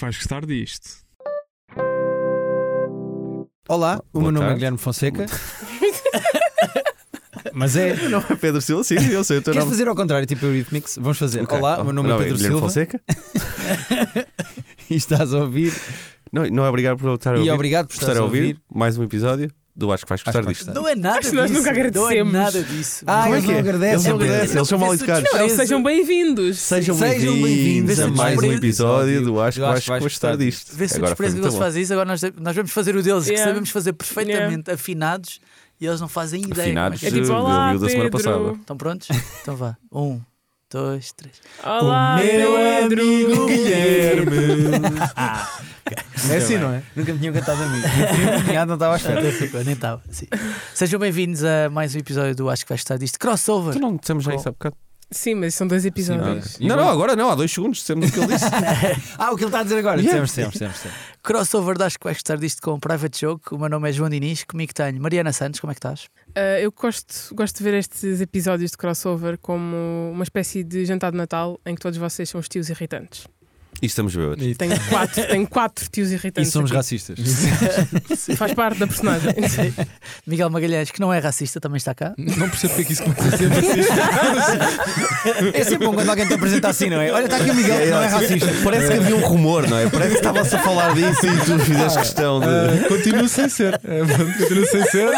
vais gostar disto. Olá, o meu Boa nome é tarde. Guilherme Fonseca. Mas é. Não é Pedro Silva, sim, sim, eu sei o teu Queres nome. fazer ao contrário, tipo Eurythmics? Vamos fazer. Ok. Olá, o meu nome Não, é Pedro Guilherme Silva Fonseca. e estás a ouvir. Não, não é obrigado por estar a E ouvir. obrigado por por estar a ouvir mais um episódio do Acho que vais Acho gostar que vais disto. gostar. Não é nada Acho disso. que nós nunca agradecemos. Não é nada disso. Ah, Como é eles que não é? agradecem. Eles não Pedro. agradecem, eles são mal educados. Não, sejam bem-vindos. Sejam Sejam bem-vindos bem-vindos a a mais um episódio do Acho que vais gostar disto. Vê se o Agora foi desprezo que muito eles bom. fazem isso, agora nós, nós vamos fazer o deles, que Yeah. sabemos fazer perfeitamente afinados e eles não fazem ideia. Afinados, como é É que é. tipo, Sim, tipo, olá, ouviu da semana Pedro. passada. Estão prontos? Então vá. Um, dois, três. Olá, O meu Pedro. amigo Guilherme. É assim, não é? Nunca me tinham cantado a mim. Nunca tinha- não estava à espera. Eu Tipo, nem estava. sim. Sejam bem-vindos a mais um episódio do Acho que vais gostar disto. Crossover. Tu não dissemos já isso há bocado? Sim, mas são dois episódios. ok. Não, não, agora não, há dois segundos dissemos o que ele disse. Ah, o que ele está a dizer agora? Yeah. Sempre, sempre, sempre. sempre. Crossover do Acho que vais gostar disto com o Private Joke. O meu nome é João Diniz, comigo tenho Mariana Santos, como é que estás? Ah, eu gosto, gosto de ver estes episódios de crossover como uma espécie de jantar de Natal em que todos vocês são os tios irritantes. E estamos bêbados. Tenho quatro, tenho quatro tios E irritantes. somos aqui. racistas. Faz parte da personagem. Miguel Magalhães, que não é racista, também está cá. Não percebo porque é que isso começa a ser É sempre bom quando alguém te apresenta assim, não é? Olha, está aqui o Miguel, que não é racista. Parece que havia um rumor, não é? Parece que estava-se a falar disso e tu fizeste questão de. Ah, continuo sem ser. Ah, pronto, continuo sem ser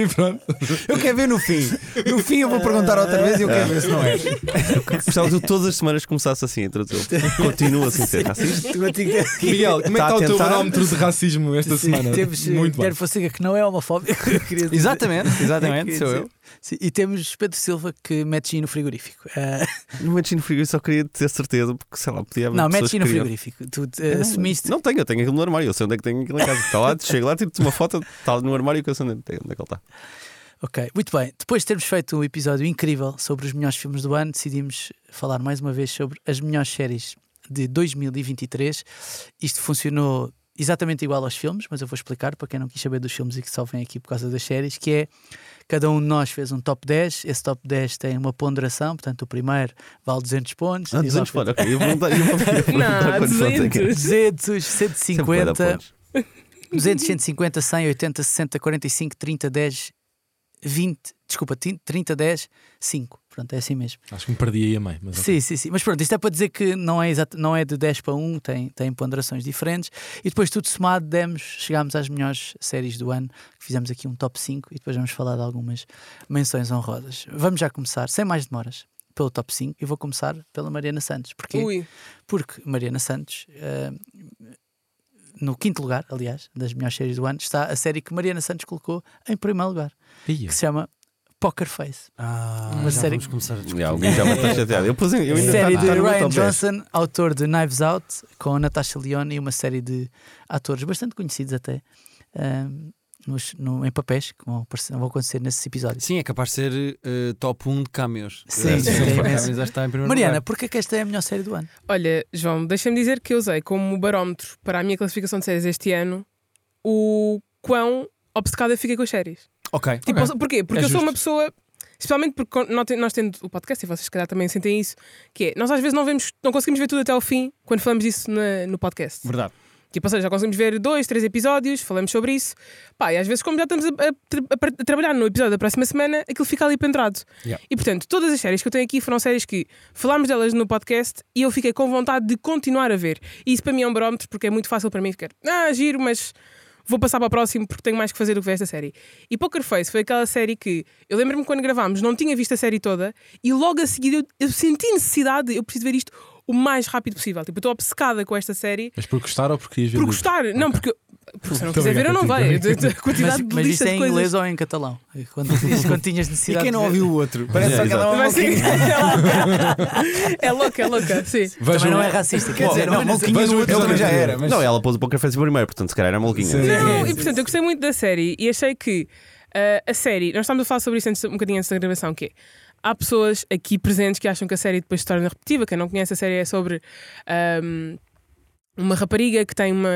e pronto. Eu quero ver no fim. No fim eu vou perguntar outra vez e eu quero ver se não é. Gostava que tu todas as semanas começasse assim a introdução. Continua assim a ser racista. Miguel, Tá como Está é que a está o teu tentar? barómetro de racismo esta semana? Temos eh, Muito bem. Guilherme Fonseca, que não é homofóbico. Eu queria dizer. Exatamente, Eu exatamente, queria sou dizer. eu. Sim, e temos Pedro Silva que mete gin no frigorífico. Ah, No momento de frigorífico só queria ter certeza, porque sei lá, podia haver não, mete pessoas gin no que queriam- frigorífico. Tu eh, assumiste. Não tenho, eu tenho aquilo no armário. Eu sei onde é que tenho aquilo em casa. Está lá, chego lá, tiro-te uma foto, está no armário que eu sei onde é que onde é que ele está. Ok, muito bem. Depois de termos feito um episódio incrível sobre os melhores filmes do ano, decidimos falar mais uma vez sobre as melhores séries de 2023. Isto funcionou exatamente igual aos filmes, mas eu vou explicar para quem não quis saber dos filmes e que só vem aqui por causa das séries, que é cada um de nós fez um top 10, esse top 10 tem uma ponderação, portanto o primeiro vale 200 pontos, Ah, diz lá 200 fora, ok. Eu vou perguntar, eu vou perguntar Não, quantos pontos é que é. 200. 200, Sempre vai dar 150, pontos. 200, 150, 100, 80, 60, 45, 30, 10, 20, desculpa, 30, 10, 5. Pronto, é assim mesmo. Acho que me perdi aí a mãe. Mas Sim, sim, sim. Mas pronto, isto é para dizer que não é, exato, não é de 10 para 1, tem, tem ponderações diferentes. E depois, tudo somado, demos, chegámos às melhores séries do ano, que fizemos aqui um top 5 e depois vamos falar de algumas menções honrosas. Vamos já começar, sem mais demoras, pelo top 5 e vou começar pela Mariana Santos. Porquê? Ui, Porque Mariana Santos, eh, no quinto lugar, aliás, das melhores séries do ano, está a série que Mariana Santos colocou em primeiro lugar, Ia. que se chama Poker Face. Ah, Uma já série- vamos começar a E alguém já me está chateado. Eu, pus, em- eu ainda série tá- de tá no meu Ryan top 10. Johnson, autor de Knives Out, com a Natasha Leone e uma série de atores bastante conhecidos até. ahm, nos- no- em papéis que vão, aparecer- vão acontecer nesses episódios. Sim, é capaz de ser eh, top 1 de cameos. Sim, Eh, sim, top 1 de é cameos, imenso. acho que está em primeiro Mariana, lugar. porquê que esta é a melhor série do ano? Olha, João, deixa-me dizer que eu usei como barómetro para a minha classificação de séries este ano o quão obcecada eu fiquei com as séries. Ok. Tipo, ok. Porquê? Porque É eu sou justo. uma pessoa, especialmente porque con- nós te- nós tendo o podcast, e vocês se calhar também sentem isso, que é, nós às vezes não vemos, não conseguimos ver tudo até ao fim quando falamos disso na- no podcast. Verdade. Tipo, ou seja, já conseguimos ver dois, três episódios, falamos sobre isso. Pá, e às vezes, como já estamos a, a tra- a par- a trabalhar no episódio da próxima semana, aquilo fica ali pendurado. Yeah. E portanto, todas as séries que eu tenho aqui foram séries que falámos delas no podcast e eu fiquei com vontade de continuar a ver. E isso para mim é um barómetro porque é muito fácil para mim ficar, ah, giro, mas vou passar para a próxima porque tenho mais que fazer do que ver esta série. E Poker Face foi aquela série que eu lembro-me quando gravámos, não tinha visto a série toda e logo a seguir eu, eu senti necessidade, eu preciso ver isto o mais rápido possível. Tipo, eu estou obcecada com esta série Mas por gostar ou por querias ver? por livro? gostar. Não, porque, porque se eu não Também quiser ver, eu não contigo, vai. também A quantidade mas de mas isto lista é de em coisas. inglês ou em catalão? Quando, tinhas- quando tinhas E necessidade. quem não de ver. ouviu o outro? Parece só que ela é uma Vai ser- maluquinha. é louca, é louca, sim. Também Vejam- não é racista, quer Bom, dizer, não, não, é maluquinha vejam do o outro também episódio já anterior. era. Mas... é, Não, ela pôs o Poker Face primeiro, portanto, se calhar era maluquinha. Sim. Não, e portanto, eu gostei muito da série e achei que ah, a série, nós estávamos a falar sobre isso antes, um bocadinho antes da gravação, que é, há pessoas aqui presentes que acham que a série depois se torna repetitiva. Quem não conhece a série é sobre ahm, uma rapariga que tem uma,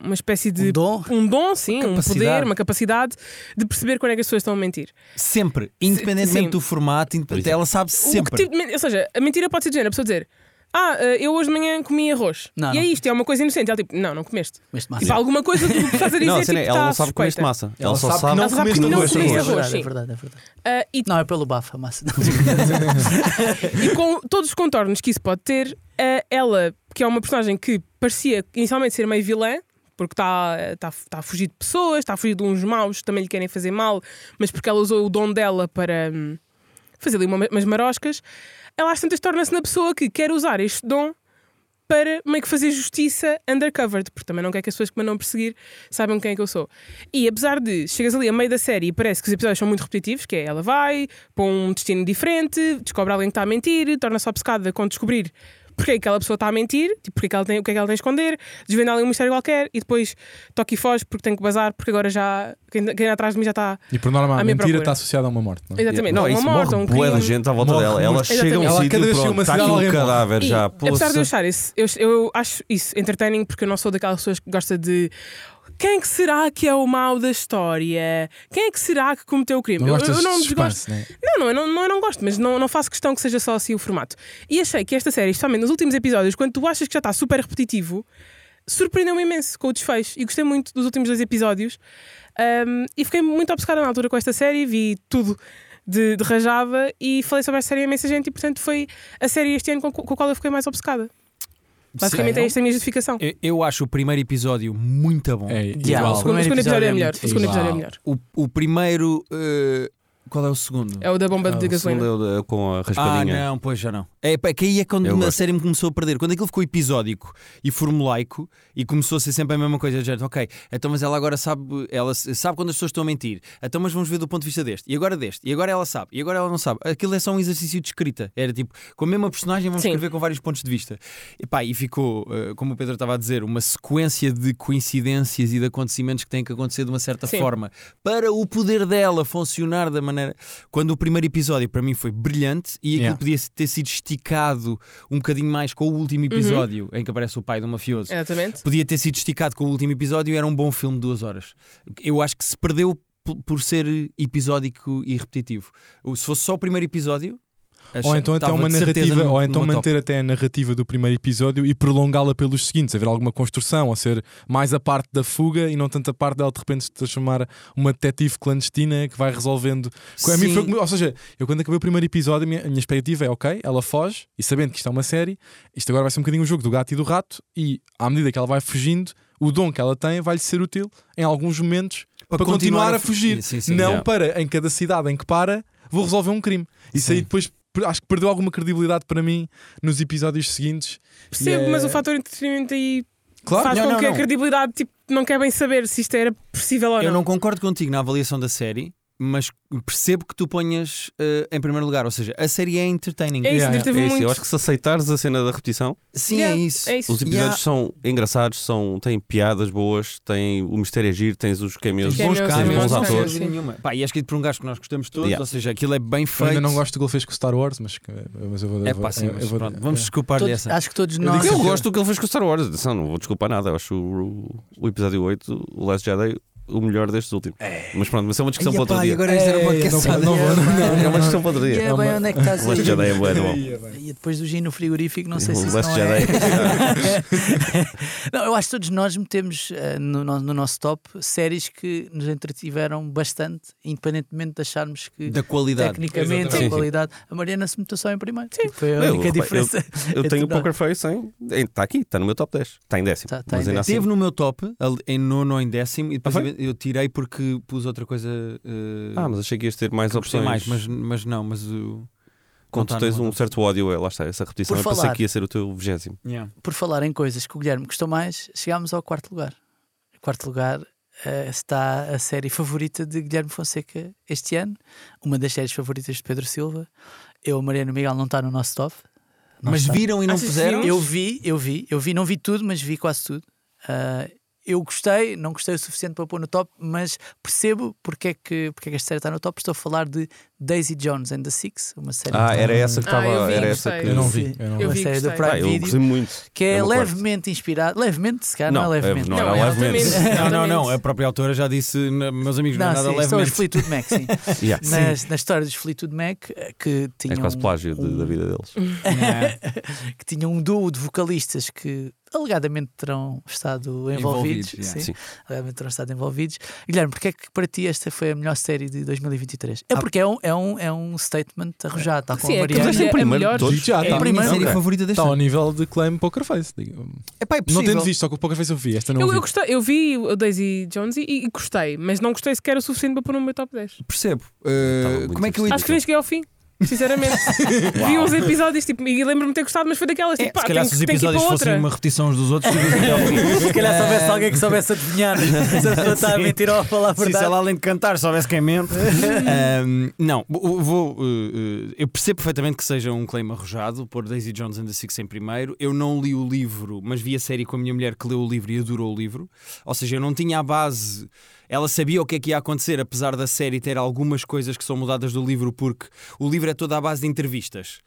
uma espécie de. um dom. um dom, sim, um capacidade. poder, uma capacidade de perceber quando é que as pessoas estão a mentir. Sempre, independentemente Sim. do formato, independente- ela sabe O que sempre. tipo de men- ou seja, a mentira pode ser do género, a pessoa dizer ah, eh, eu hoje de manhã comi arroz. Não, e é não isto, é uma coisa inocente. Ela tipo, não, não comeste. Mas de Tipo, massa. alguma coisa do que estás a dizer Não, a tipo, cena é, ela tá não sabe que comeste suspeita. massa. Ela, Ela só sabe que sabe não comeste que arroz. É comeste arroz, verdade, sim. é verdade, é verdade. Ah, e, Não, é pelo bafo, a massa. e com todos os contornos que isso pode ter, ah, ela, que é uma personagem que parecia inicialmente ser meio vilã, porque está tá, tá a fugir de pessoas, está a fugir de uns maus que também lhe querem fazer mal, mas porque ela usou o dom dela para hum, fazer ali uma- umas maroscas, ela às tantas torna-se na pessoa que quer usar este dom para meio que fazer justiça undercover, porque também não quer que as pessoas que me mandam perseguir saibam quem é que eu sou. E apesar de chegas ali a meio da série e parece que os episódios são muito repetitivos, que é ela vai para um destino diferente, descobre alguém que está a mentir, torna-se obcecada com descobrir porque é que aquela pessoa está a mentir, tipo, porque é que ela tem, o que é que ela tem a esconder, desvenda ali um mistério qualquer e depois toca e foge porque tem que bazar, porque agora já quem, quem é atrás de mim já está. E por norma, À a minha mentira procura. está associada a uma morte, não é? Exatamente, ou uma isso morte, ou um morre bué de crime. gente à volta Morre dela. muito. Ela chega a um Exatamente. Ela cada sítio vez chega pronto, tá uma está cidade, aqui um alguém morre. cadáver E, já. Apesar de eu poça. achar isso, eu, eu acho isso entertaining porque eu não sou daquelas pessoas que gosta de quem que será que é o mau da história? Quem é que será que cometeu o crime? Não eu, gostas eu não de desgosto. suspense, né? Não, não, eu não, não, eu não gosto, mas não, não faço questão que seja só assim o formato. E achei que esta série, especialmente nos últimos episódios, quando tu achas que já está super repetitivo, surpreendeu-me imenso com o desfecho e gostei muito dos últimos dois episódios. Um, e fiquei muito obcecada na altura com esta série, vi tudo de, de rajada e falei sobre esta série a imensa gente e, portanto, foi a série este ano com, com a qual eu fiquei mais obcecada. Basicamente é esta a minha justificação. Eu, eu acho o primeiro episódio muito bom. É O Yeah. igual. segundo, o segundo episódio é muito melhor. O segundo fixe. episódio é Uau. melhor. O, o primeiro. eh, qual é o segundo? É o da bomba Ah, de o gasolina. Segundo eu, eu com a Ah, raspadinha. não, pois já não. É, pá, que aí é quando Eu a gosto. série me começou a perder. Quando aquilo ficou episódico e formulaico e começou a ser sempre a mesma coisa, do género, ok, então mas ela agora sabe, ela s- sabe quando as pessoas estão a mentir. Então mas vamos ver do ponto de vista deste. E agora deste. E agora ela sabe. E agora ela não sabe. Aquilo é só um exercício de escrita. Era tipo, com a mesma personagem vamos Sim. escrever com vários pontos de vista. E, pá, e ficou, eh, como o Pedro estava a dizer, uma sequência de coincidências e de acontecimentos que têm que acontecer de uma certa Sim. forma para o poder dela funcionar da maneira quando o primeiro episódio para mim foi brilhante e aquilo Yeah. podia ter sido esticado um bocadinho mais com o último episódio em que aparece o pai do mafioso. Exatamente. Podia ter sido esticado com o último episódio e era um bom filme de duas horas. Eu acho que se perdeu p- por ser episódico e repetitivo. Ou Se fosse só o primeiro episódio. Ou acha- então até estava uma de certeza narrativa, num- ou então numa top. manter até a narrativa do primeiro episódio e prolongá-la pelos seguintes, haver alguma construção, ou ser mais a parte da fuga e não tanto a parte dela de repente se transformar uma detetive clandestina que vai resolvendo. A mim Sim. foi como- ou seja, eu quando acabei o primeiro episódio, a minha, a minha expectativa é ok, ela foge, e sabendo que isto é uma série, isto agora vai ser um bocadinho o jogo do gato e do rato, e à medida que ela vai fugindo, o dom que ela tem vai lhe ser útil em alguns momentos para, continuar, a fu- fugir. Sim, sim, não já. para em cada cidade em que para, vou resolver um crime. Isso aí depois per- acho que perdeu alguma credibilidade para mim nos episódios seguintes. Percebo, Yeah. mas o fator entretenimento aí Claro, faz não, com não, que a não. credibilidade tipo, não quer bem saber se isto era possível ou Eu não. não concordo contigo na avaliação da série, mas percebo que tu ponhas eh, em primeiro lugar. Ou seja, a série é entertaining. É isso, Yeah, entreteve É isso, muito. eu acho que se aceitares a cena da repetição, Sim, Yeah, é isso. É isso. os episódios Yeah. são engraçados, são, têm piadas boas, têm o mistério é giro, tens os cameos. Tens bons cameos, bons não tem atores. dúvida nenhuma. Pá, e é escrito por um gajo que nós gostamos todos, Yeah. ou seja, aquilo é bem Eu feito. ainda não gosto do que ele fez com o Star Wars, mas, eh, mas eu vou É eu vou- pá, sim, eu mas vou- pronto, vamos é. desculpar-lhe Todos- Ah, essa. acho que todos é digo nós. Eu Sim. gosto do que ele fez com Star Wars. Atenção, não vou desculpar nada. Eu acho o, o episódio 8, o Last Jedi, o melhor destes últimos. Mas pronto, mas é uma discussão para outro dia. agora isto era um podcast é, não- só de- não vou- É uma discussão para outro dia. Yeah, bem, onde é que estás O Last Jedi é bué de bom. E depois do gin no frigorífico, não sei se O isso Last não é. Jedi. não, eu acho que todos nós metemos eh, no, no- no nosso top séries que nos entretiveram bastante, independentemente de acharmos que da qualidade. tecnicamente, Exatamente. a qualidade. A Mariana se meteu só em primeiro. Tipo, Foi a Eu, única rapaz, diferença. Eu tenho o tudo. Poker Face, hein? Está aqui, está no meu top 10. Está em décimo. Tá- tá mas em ainda décimo. assim. Teve no meu top, ali- em nono ou em décimo, e depois Ah, eu, eu tirei porque pus outra coisa. eh, Ah, mas achei que ias ter mais que gostei opções. mais, mas, mas não, mas o. tá Quando tu tá contar tens numa um nota. certo ódio, é, lá está, essa repetição. Por eu pensei falar. que ia ser o teu vigésimo. Yeah. Por falar em coisas que o Guilherme gostou mais, chegámos ao quarto lugar. O quarto lugar eh, está a série favorita de Guilherme Fonseca este ano, uma das séries favoritas de Pedro Silva. Eu, Mariana Miguel, não está no nosso top. Não Mas está. viram e não Achas que puseram? viram? Eu vi, eu vi, eu vi, não vi tudo, mas vi quase tudo. Ah, eu gostei, não gostei o suficiente para pôr no top, mas percebo porque é que, porque é que esta série está no top. Estou a falar de Daisy Jones and the Six, uma série Ah, que- era essa que Ah, eu estava. vi, era essa gostei. que. é. Eu não vi. Eu não Eu uma vi, série do gostei. Prime Ah, eu Video gostei muito. que é Eu não corto. levemente inspirada. Levemente, se calhar, não, Não, é é- levemente. não, era é levemente. altamente, Não, não, não. altamente. A própria autora já disse, "Não, meus amigos, não, é Não, nada sim, são os levemente. Fleetwood Mac, sim. Yeah. Nas- na história dos Fleetwood Mac, eh, que tinham, É quase plágio de- um, da vida deles. Eh, que tinham um duo de vocalistas que alegadamente terão estado envolvidos. Envolvidos, yeah. sim, Sim. Alegadamente terão estado envolvidos. Guilherme, porque é que para ti esta foi a melhor série de 2023? É porque é um, é um, é um statement arrojado, está com Sim, a é que Mariana. tu em é primeiro melhor. de todos. Digo já, tá, É está a primeira série Ok. favorita deste está Tá, ao ano. nível de Claim Poker Face. Digo, Epá, é Não possível. tendo visto, só que o Poker Face eu vi. Esta não Eu, vi. eu, gostei, eu vi o Daisy Jones e, e gostei, mas não gostei sequer o suficiente para pôr no meu top 10. Percebo. Uh, Estava muito como é que eu ia Acho que nem cheguei ao fim, sinceramente. vi uns episódios tipo, e lembro-me de ter gostado, mas foi daquelas É, tipo, pá, se calhar tem, se os que- tem que ir episódios para fossem outra. uma repetição uns dos outros, tu vias até ao fim. Se calhar se houvesse alguém que soubesse adivinhar se a pessoa está a Sim. mentir ou a falar a Sim, se verdade. ela além de cantar soubesse quem mente. Ahm, não, vou- vou. eh, eh, eu percebo perfeitamente que seja um claim arrojado pôr Daisy Jones and the Six em primeiro. Eu não li o livro, mas vi a série com a minha mulher que leu o livro e adorou o livro. Ou seja, eu não tinha a base. Ela sabia o que é que ia acontecer, apesar da série ter algumas coisas que são mudadas do livro, porque o livro é toda à base de entrevistas.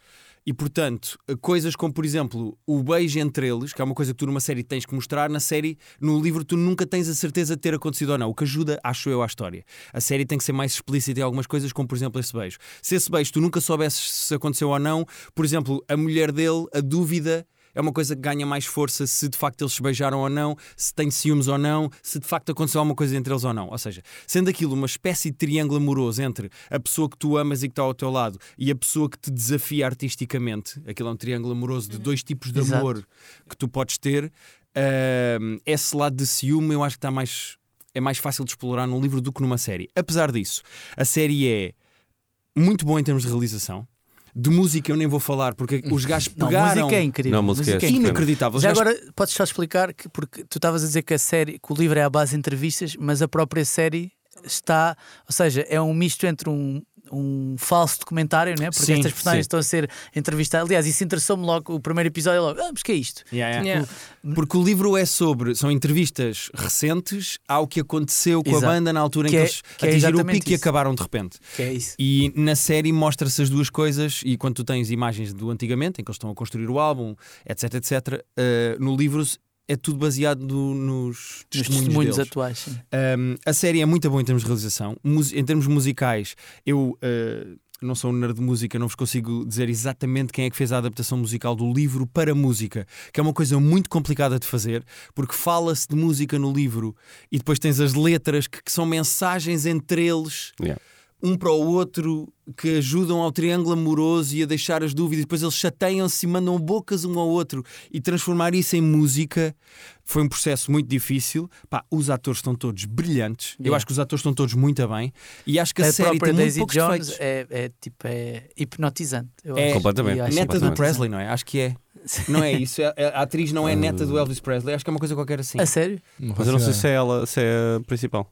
E portanto, coisas como, por exemplo, o beijo entre eles, que é uma coisa que tu numa série tens que mostrar, na série, no livro, tu nunca tens a certeza de ter acontecido ou não, o que ajuda, acho eu, à história. A série tem que ser mais explícita em algumas coisas, como por exemplo esse beijo. Se esse beijo tu nunca soubesses se aconteceu ou não, por exemplo, a mulher dele, a dúvida. É uma coisa que ganha mais força se de facto eles se beijaram ou não, se tem ciúmes ou não, se de facto aconteceu alguma coisa entre eles ou não. Ou seja, sendo aquilo uma espécie de triângulo amoroso entre a pessoa que tu amas e que está ao teu lado e a pessoa que te desafia artisticamente, aquilo é um triângulo amoroso de dois tipos de Exato. amor que tu podes ter, hum, esse lado de ciúme eu acho que está mais. É mais fácil de explorar num livro do que numa série. Apesar disso, a série é muito boa em termos de realização. De música eu nem vou falar, porque os gajos Uhum. Não, pegaram a música é incrível. Não, a música é Música incrível. inacreditável. Os Já gajos- agora podes só explicar que porque tu estavas a dizer que a série, que o livro é à base de entrevistas, mas a própria série está, ou seja, é um misto entre um um falso documentário, né? Porque Sim, estas personagens sim. estão a ser entrevistadas. Aliás, isso interessou-me logo o primeiro episódio logo. Ah, mas que é isto? Yeah, yeah. Yeah. Porque o livro é sobre, são entrevistas recentes ao que aconteceu com Exato. a banda na altura em Que que, é- eles que é atingiram o exatamente pico e isso. acabaram de repente. Que é isso? E na série mostra-se as duas coisas, e quando tu tens imagens do antigamente, em que eles estão a construir o álbum, etc, etc, eh, no livro é tudo baseado no- nos Nos testemunhos, testemunhos deles. atuais. sim. Um, a série é muito boa em termos de realização. Mus- em termos musicais, eu uh, não sou um nerd de música, não vos consigo dizer exatamente quem é que fez a adaptação musical do livro para a música, que é uma coisa muito complicada de fazer, porque fala-se de música no livro e depois tens as letras que, que são mensagens entre eles. Yeah. Um para o outro que ajudam ao triângulo amoroso e a deixar as dúvidas, depois eles chateiam-se e mandam bocas um ao outro e transformar isso em música foi um processo muito difícil. Pá, os atores estão todos brilhantes. Eu Yeah. acho que os atores estão todos muito bem. E acho que a, a série própria tem muito Daisy poucos Jones defeitos. é, é tipo é hipnotizante. eu É, acho. completamente. E acho Neta do Completamente. Presley, não é? Acho que é. Não é isso. É- é- A atriz não é neta do Elvis Presley. Acho que é uma coisa qualquer assim. A sério? Mas eu não sei se é ela, se é a principal.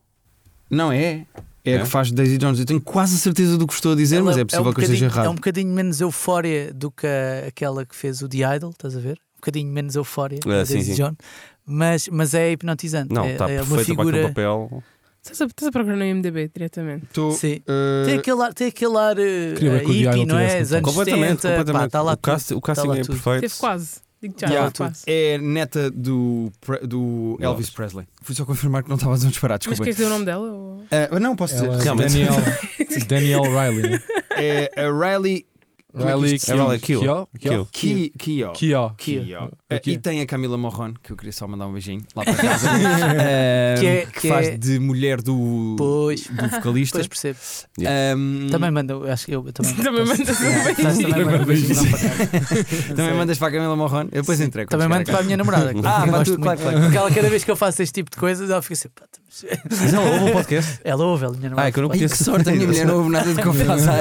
Não é? É a É? que faz Daisy Jones. Eu tenho quase a certeza do que estou a dizer, Ela mas é possível um que eu esteja bocadinho- errado. É um bocadinho menos eufória do que a- aquela que fez o The Idol, estás a ver? Um bocadinho menos eufória Ah, da sim, Daisy sim. Jones, mas, mas é hipnotizante. Não, tá é, está é uma perfeita para aquele figura. papel. Estás a, estás a procurar no IMDB diretamente. Estou, Sim. eh, Tem aquele ar, tem aquele ar eh, Queria ver que o The hippie, Idol não é? tivesse Os no anos top. Completamente, 70, pá, completamente. está lá o, cast, tudo, o casting está lá é tudo. perfeito. Teve quase. Digo já, Yeah. teve quase. É neta do, Pre- do Não. Elvis Presley. Fui só confirmar que não estava a dizer um disparate, Mas desculpa. queres dizer o nome dela? ou- Ah, não, posso dizer. ela- é Realmente. Daniel, Daniel Riley. né? É a Riley Como é que Riley isto se É ela, chama? é Kyo. Kyo? Kyo. Ki- Kio. Kyo. Kio. É Eh, Kyo. E tem a Camila Morrone, que eu queria só mandar um beijinho lá para casa, eh, Que é- que, que faz é- de mulher do, Pois, do vocalista. depois percebo. Ehm, Também manda, eu acho que eu também. Também mandas um Tá- também beijinho. manda um beijinho lá para cá. também mandas para a Camila Morrone, eu depois entrei. Também mando para a minha namorada. Ah, que eu para gosto tu, muito. claro, claro. Porque ela, cada vez que eu faço este tipo de coisas, ela fica assim. pá, mas- Mas ela ouve um podcast. Ela ouve, ela minha namorada. Ah, é que eu não Ai, que conheço. sorte, a minha mulher não houve nada de confiança.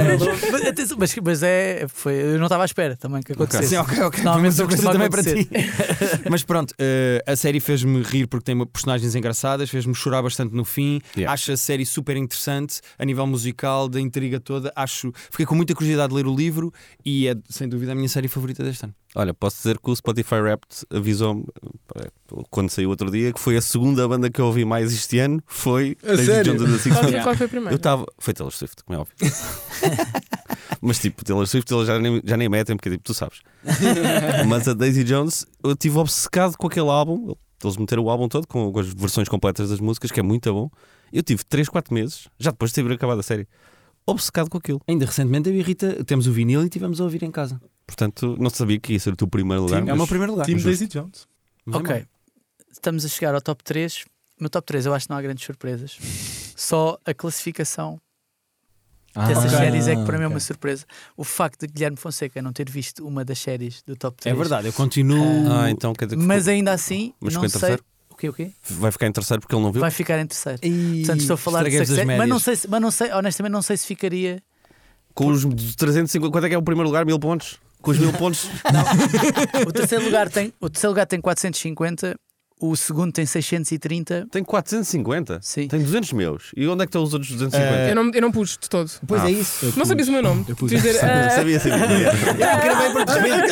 mas, atenção, mas, mas é. Foi, eu não estava à espera também que acontecesse. Sim, ok, ok. Normalmente Mas não eu gostei costuma também para ti. Mas pronto, eh, a série fez-me rir porque tem personagens engraçadas, fez-me chorar bastante no fim. Yeah. Acho a série super interessante a nível musical, da intriga toda. Acho. Fiquei com muita curiosidade de ler o livro e é, sem dúvida, a minha série favorita deste ano. Olha, posso dizer que o Spotify Wrapped avisou-me eh, quando saiu outro dia que foi a segunda banda que eu ouvi mais este ano. Foi A sério? Jones and the Six Qual, Stone- qual foi a Eu primeira? estava. Foi Taylor Swift, como é óbvio. Mas tipo, Taylor Swift eles já nem, já nem metem, porque tipo, tu sabes. Mas a Daisy Jones, eu estive obcecado com aquele álbum. Eles meteram o álbum todo com, com as versões completas das músicas, que é muito bom. Eu tive 3, 4 meses, já depois de ter acabado a série, obcecado com aquilo. Ainda recentemente eu e a Rita temos o vinil e tivemos a ouvir em casa. Portanto, não sabia que ia ser o teu primeiro lugar. É o mas- meu primeiro lugar. Team Justo. Daisy Jones. Mas é Ok, estamos a chegar ao top 3. No top 3 eu acho que não há grandes surpresas. Só a classificação Ah, dessas ok. séries é que para mim é ok. uma surpresa. O facto de Guilherme Fonseca não ter visto uma das séries do top mau. 3. É verdade, eu continuo. Ah, então quer dizer que Mas ainda assim, Mas não ficou em sei. terceiro? O quê, o quê? vai ficar em terceiro porque ele não viu. Vai ficar em terceiro. E... Portanto, estou a falar de estraguei-vos as Succession, mas não, médias. sei, se- mas não sei, honestamente, não sei se ficaria. Com os 350, quanto é que é o primeiro lugar? Mil pontos? Com os mil pontos? O terceiro lugar tem, o terceiro lugar tem 450, o segundo tem 630. Tem 450? Sim. Tem 200 meus. E onde é que estão os outros 250? Eh, Eu não, eu não pus de todo. Pois Ah, é isso. Não sabias o meu nome. Eu pus Quis dizer, essa. ah, Sabia sim.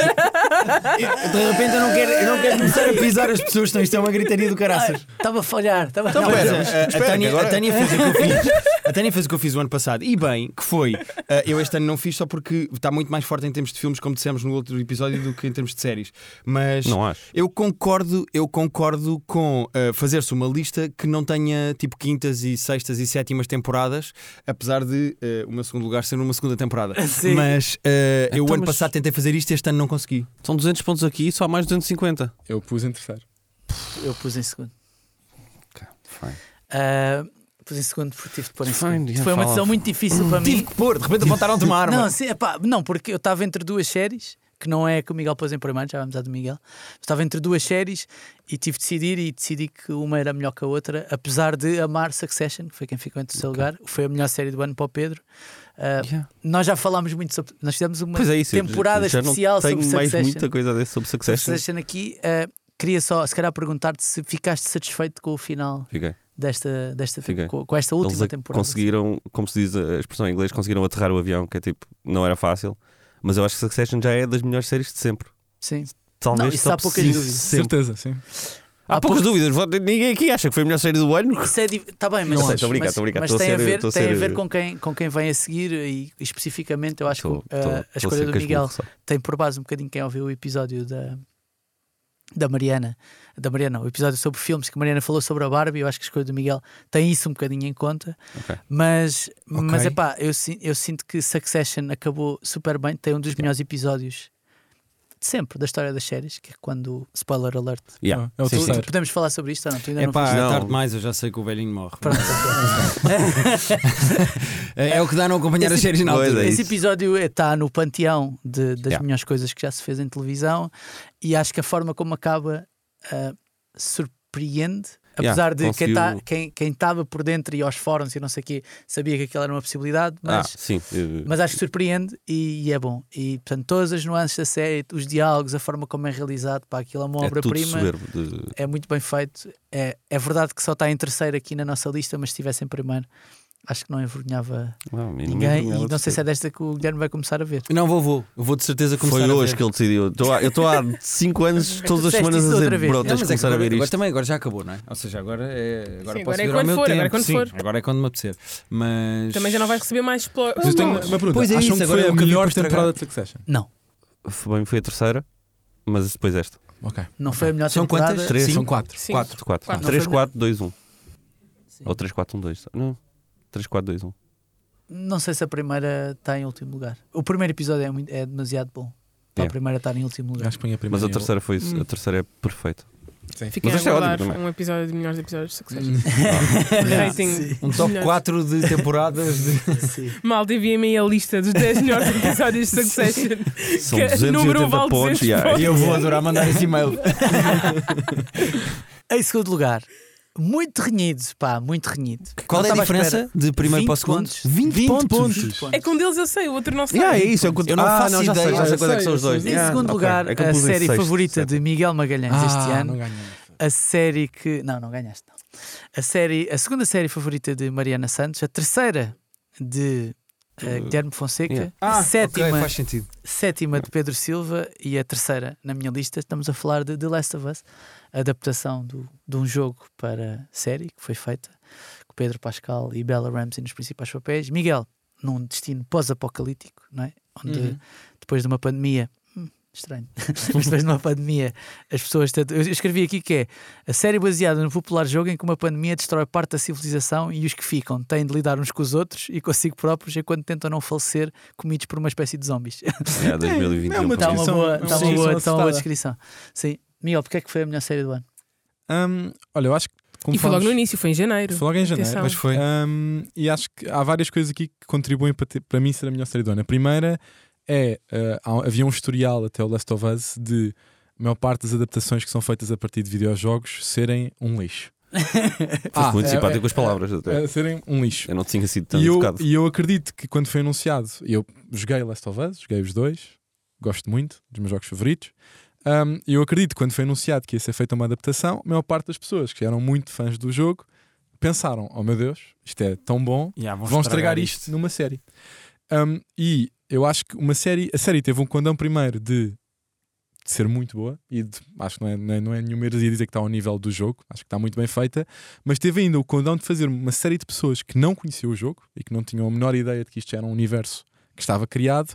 De repente eu não quero, eu não quero começar a pisar as pessoas, então isto é uma gritaria do caraças. Estava a falhar, estava Não, não, mas Então, mas- a- a, Tânia, a Tânia fez o que eu fiz. A Tânia fez o que eu fiz o ano passado. E bem, que foi. ah, eu este ano não fiz só porque está muito mais forte em termos de filmes, como dissemos no outro episódio, do que em termos de séries. Mas Não acho. eu concordo, eu concordo com ah, fazer-se uma lista que não tenha tipo quintas e sextas e sétimas temporadas, apesar de ah, o meu segundo lugar ser uma segunda temporada. Sim. Mas ah, eu Então, ano mas- passado tentei fazer isto, este ano não consegui. São 200 pontos aqui e só há mais 250. Eu pus em terceiro. Eu pus em segundo. Fine. Ah, pus em segundo porque tive de pôr em Fine, segundo. já Foi uma fala. decisão muito difícil para mim. que pôr, de repente apontaram-te uma Não, sim, epá, não, porque eu estava entre duas séries, que não é que o Miguel pôs em primeiro, já vamos à do Miguel. Estava entre duas séries e tive de decidir e decidi que uma era melhor que a outra, apesar de amar Succession, que foi quem ficou em terceiro lugar, foi a melhor série do ano para o Pedro. É Ah, Yeah. Nós já falámos muito sobre. Nós fizemos uma Pois é isso. eu temporada já não especial tenho sobre mais Succession. muita coisa a dizer sobre Succession. Succession aqui. ah, queria só, se calhar, perguntar-te se ficaste satisfeito com o final Fiquei. desta, desta Fiquei. com, com esta Eles última a- temporada. conseguiram, como se diz a expressão em inglês, conseguiram aterrar o avião, que é tipo, não era fácil. Mas eu acho que Succession já é das melhores séries de sempre. Sim. Talvez Não, isso top há poucas cinco dúvidas. sempre. Certeza, sim. Há, Há poucas poucas- dúvidas. Ninguém aqui acha que foi a melhor série do ano. Isso é dif- tá bem, mas, Não acho. Estou a brincar, mas, estou a brincar, mas estou a tem a ser- ver, estou a tem a ser- ver com, quem, com quem vem a seguir e especificamente eu acho Estou- que uh, estou- a estou escolha ser do casmurro, Miguel sabe? tem por base um bocadinho quem ouviu o episódio da, da Mariana, da Mariana, o episódio sobre filmes que a Mariana falou sobre a Barbie, eu acho que a escolha do Miguel tem isso um bocadinho em conta, Ok. mas, mas é pá, eu, sin- eu sinto que Succession acabou super bem, tem um dos melhores episódios de sempre da história das séries, que é quando, spoiler alert, Yeah. É o Sim, sim. terceiro. podemos falar sobre isto ou não? Tu ainda É não pá, viste? Não. tarde demais, eu já sei que o velhinho morre. Pronto. É, é o que dá a não acompanhar as séries na Pois altura. é Esse isso. episódio está no panteão de- das Yeah. melhores coisas que já se fez em televisão e acho que a forma como acaba ah, surpreende. Yeah, Apesar de quem conseguiu- tá- quem quem estava por dentro e aos fóruns e não sei o quê sabia que aquilo era uma possibilidade, Ah, mas, sim. eh, mas é acho que surpreende e, e é bom. E portanto, todas as nuances da série, os diálogos, a forma como é realizado, para aquilo é uma é tudo obra-prima. soberbo. de- É muito bem feito. É, é verdade que só está em terceiro aqui na nossa lista, mas se estivesse em primeiro, acho que não envergonhava Não, a mim não me Ninguém, envergonhava e não de sei ser. se é desta que o Guilherme vai começar a ver. Não vou, vou. Eu vou de certeza começar Foi a hoje ver. que ele decidiu. Eu estou há- Eu estou há 5 anos, todas as disseste semanas, a isso outra dizer: vez. Bro, Não, tens mas de é que começar a agora, ver agora isto. também, agora já acabou, não é? Ou seja, agora é. Agora Sim, posso agora é ver ao quando meu for, tempo. agora é quando Sim, for. Agora é quando me apetecer. Mas. Também já não vais receber mais spoilers. Mas eu tenho uma pergunta. Pois é Acham isso, que agora foi eu a acabei melhor por estragar. temporada de Succession? Não, Foi bem, foi a terceira, mas depois esta. Ok. não foi a melhor São temporada. quantas? Três, Sim. São quatro. Sim. 4, 4. Quatro. 3, Não, 4, 2, 1. Ou 3, 4, 1, 2. Não. 3, 4, 2, 1. Não sei se a primeira está em último lugar. O primeiro episódio é, muito- é demasiado bom. Para Yeah. a primeira estar em último lugar. Acho que põe a primeira. Mas a e terceira foi isso. A terceira é perfeita. Fiquem a Mas este é ótimo aguardar também. um episódio de melhores episódios de Succession. Hum. Rating. Um top Melhor. 4 de temporadas. De... Mal devia-me a lista dos 10 melhores episódios de Succession. São Que número 280 vale 200 pontos. yeah. pontos. eu vou adorar mandar esse e-mail. Em segundo lugar, muito renhido, pá, muito renhido. Qual Não é a estava à diferença espera. de primeiro 20 para o segundo? pontos. 20, 20 pontos. É que um deles eu sei, o outro não sei. Yeah, é isso. é o que- Eu não ah, faço não, já sei, ideia. já sei Eu quando é que sei, são os eu dois. sei. Em Yeah, segundo ok. lugar, É que eu a pus em série sexto, favorita sete. de Miguel Magalhães este Ah, ano. não ganhei. A série que. Não, não ganhaste. Não. A, série, a segunda série favorita de Mariana Santos, a terceira de eh, Guilherme Fonseca, Yeah. Ah, sétima, ok, faz sentido. sétima de Pedro Silva e a terceira na minha lista. Estamos a falar de The Last of Us, a adaptação do, de um jogo para série que foi feita com Pedro Pascal e Bella Ramsey nos principais papéis. Miguel, num destino pós-apocalíptico, não é? Onde Uhum. depois de uma pandemia. hum, Estranho, mas depois de uma pandemia, as pessoas. tanto- Eu escrevi aqui que é a série baseada no popular jogo em que uma pandemia destrói parte da civilização e os que ficam têm de lidar uns com os outros e consigo próprios enquanto tentam não falecer comidos por uma espécie de zombies. É, 2021. é uma Está pronto. uma descrição- boa, é uma está uma descrição boa, está uma boa acertada. descrição. Sim. Miguel, porque é que foi a melhor série do ano? Hum, olha, eu acho que. como E foi logo falamos- no início, foi em janeiro. Foi logo em janeiro. Atenção. Mas foi. Hum, e acho que há várias coisas aqui que contribuem para, ter- para mim ser a melhor série do ano. A primeira é: eh, há- havia um historial até o Last of Us de a maior parte das adaptações que são feitas a partir de videojogos serem um lixo. Foste muito é, simpático é, com as palavras. até. Eh, serem um lixo. Eu não tinha sido tão E eu, educado. e eu acredito que quando foi anunciado, eu joguei Last of Us, joguei os dois, gosto muito, dos meus jogos favoritos. Hum, eu acredito que quando foi anunciado que ia ser feita uma adaptação, a maior parte das pessoas que eram muito fãs do jogo pensaram: Oh meu Deus, isto é tão bom, Yeah, vão vão estragar isto, numa série. Um, e eu acho que uma série, a série teve um condão primeiro de, de ser muito boa, e de- acho que não é, não é, não é nenhuma heresia dizer que está ao nível do jogo, acho que está muito bem feita, mas teve ainda o condão de fazer uma série de pessoas que não conheciam o jogo e que não tinham a menor ideia de que isto era um universo que estava criado,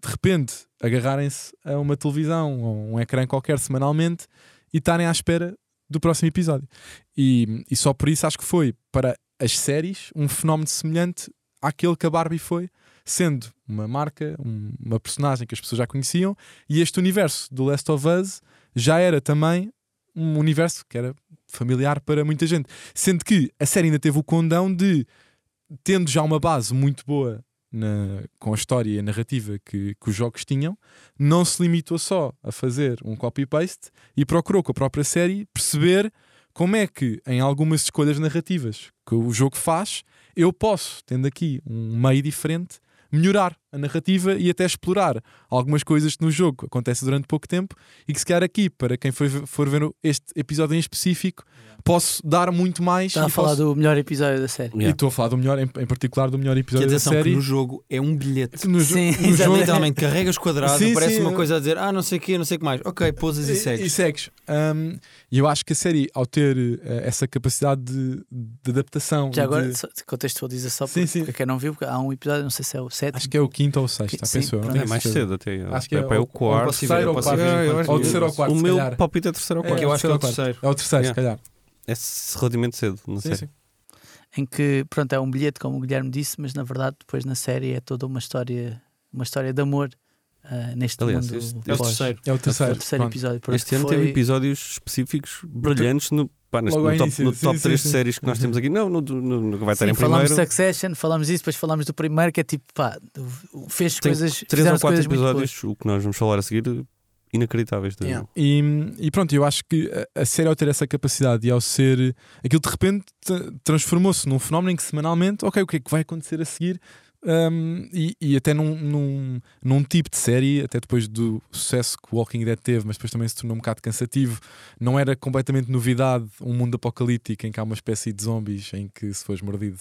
de repente agarrarem-se a uma televisão ou um ecrã qualquer semanalmente e estarem à espera do próximo episódio. E, e só por isso acho que foi para as séries um fenómeno semelhante àquele que a Barbie foi, sendo uma marca, um- uma personagem que as pessoas já conheciam, e este universo do Last of Us já era também um universo que era familiar para muita gente. Sendo que a série ainda teve o condão de, tendo já uma base muito boa na- com a história e a narrativa que, que os jogos tinham, não se limitou só a fazer um copy-paste e procurou com a própria série perceber como é que, em algumas escolhas narrativas que o jogo faz, eu posso, tendo aqui um meio diferente, melhorar a narrativa e até explorar algumas coisas que no jogo acontecem durante pouco tempo e que se calhar aqui, para quem foi, for ver este episódio em específico, posso dar muito mais. Está Tá a e falar posso- do melhor episódio da série. E Yeah. estou a falar do melhor, em, em particular do melhor Que episódio da atenção, que série. no jogo é um bilhete. no jo- Sim, no jogo- exatamente. é Literalmente, carregas quadrado, Sim, parece sim, uma eu- coisa a dizer, ah, não sei o quê, não sei o que mais. Ok, pousas e segues. Hum, e eu acho que a série, ao ter eh, essa capacidade de, de adaptação, Já agora, de- só- contextualiza só Sim, porque sim. quem não viu, porque há um episódio, não sei se é o sétimo. acho que é o quinto ou o sexto, Que- ah, sim, penso eu. não pronto. É tenho mais certeza. cedo até. Acho que é é, pá, é o- o quarto. possível, é é o possível. quarto. É, eu Ou terceiro ou quarto, O se meu calhar. palpite é terceiro ou É, quarto. eu acho que é o quarto. terceiro. É o terceiro, se Yeah. calhar. É s- relativamente cedo, não Sim, sei. sim. em que pronto é um bilhete como o Guilherme disse mas na verdade depois na série é toda uma história uma história de amor ah, neste Aliás, mundo este- É o pós- terceiro. É o o terceiro. terceiro pronto. episódio pronto, Este ano foi- teve episódios específicos brilhantes no, pá, neste- Logo no ao top, início, no sim, top sim, 3 sim. séries que nós temos aqui. Não, no, no- no que vai estar Sim, em falámos primeiro. de Succession falámos disso depois falámos do primeiro que é tipo pá do- fez Tem coisas 3 ou fizeram-se 4 coisas muito boas. episódios, o que nós vamos falar a seguir, inacreditáveis. da- Yeah. E, e pronto, eu acho que a, a série ao ter essa capacidade e ao ser aquilo de repente t- transformou-se num fenómeno em que semanalmente, ok, o que é que vai acontecer a seguir? Um, e, e até num, num, num tipo de série, até depois do sucesso que Walking Dead teve, mas depois também se tornou um bocado cansativo, não era completamente novidade um mundo apocalíptico em que há uma espécie de zombies em que se fores mordido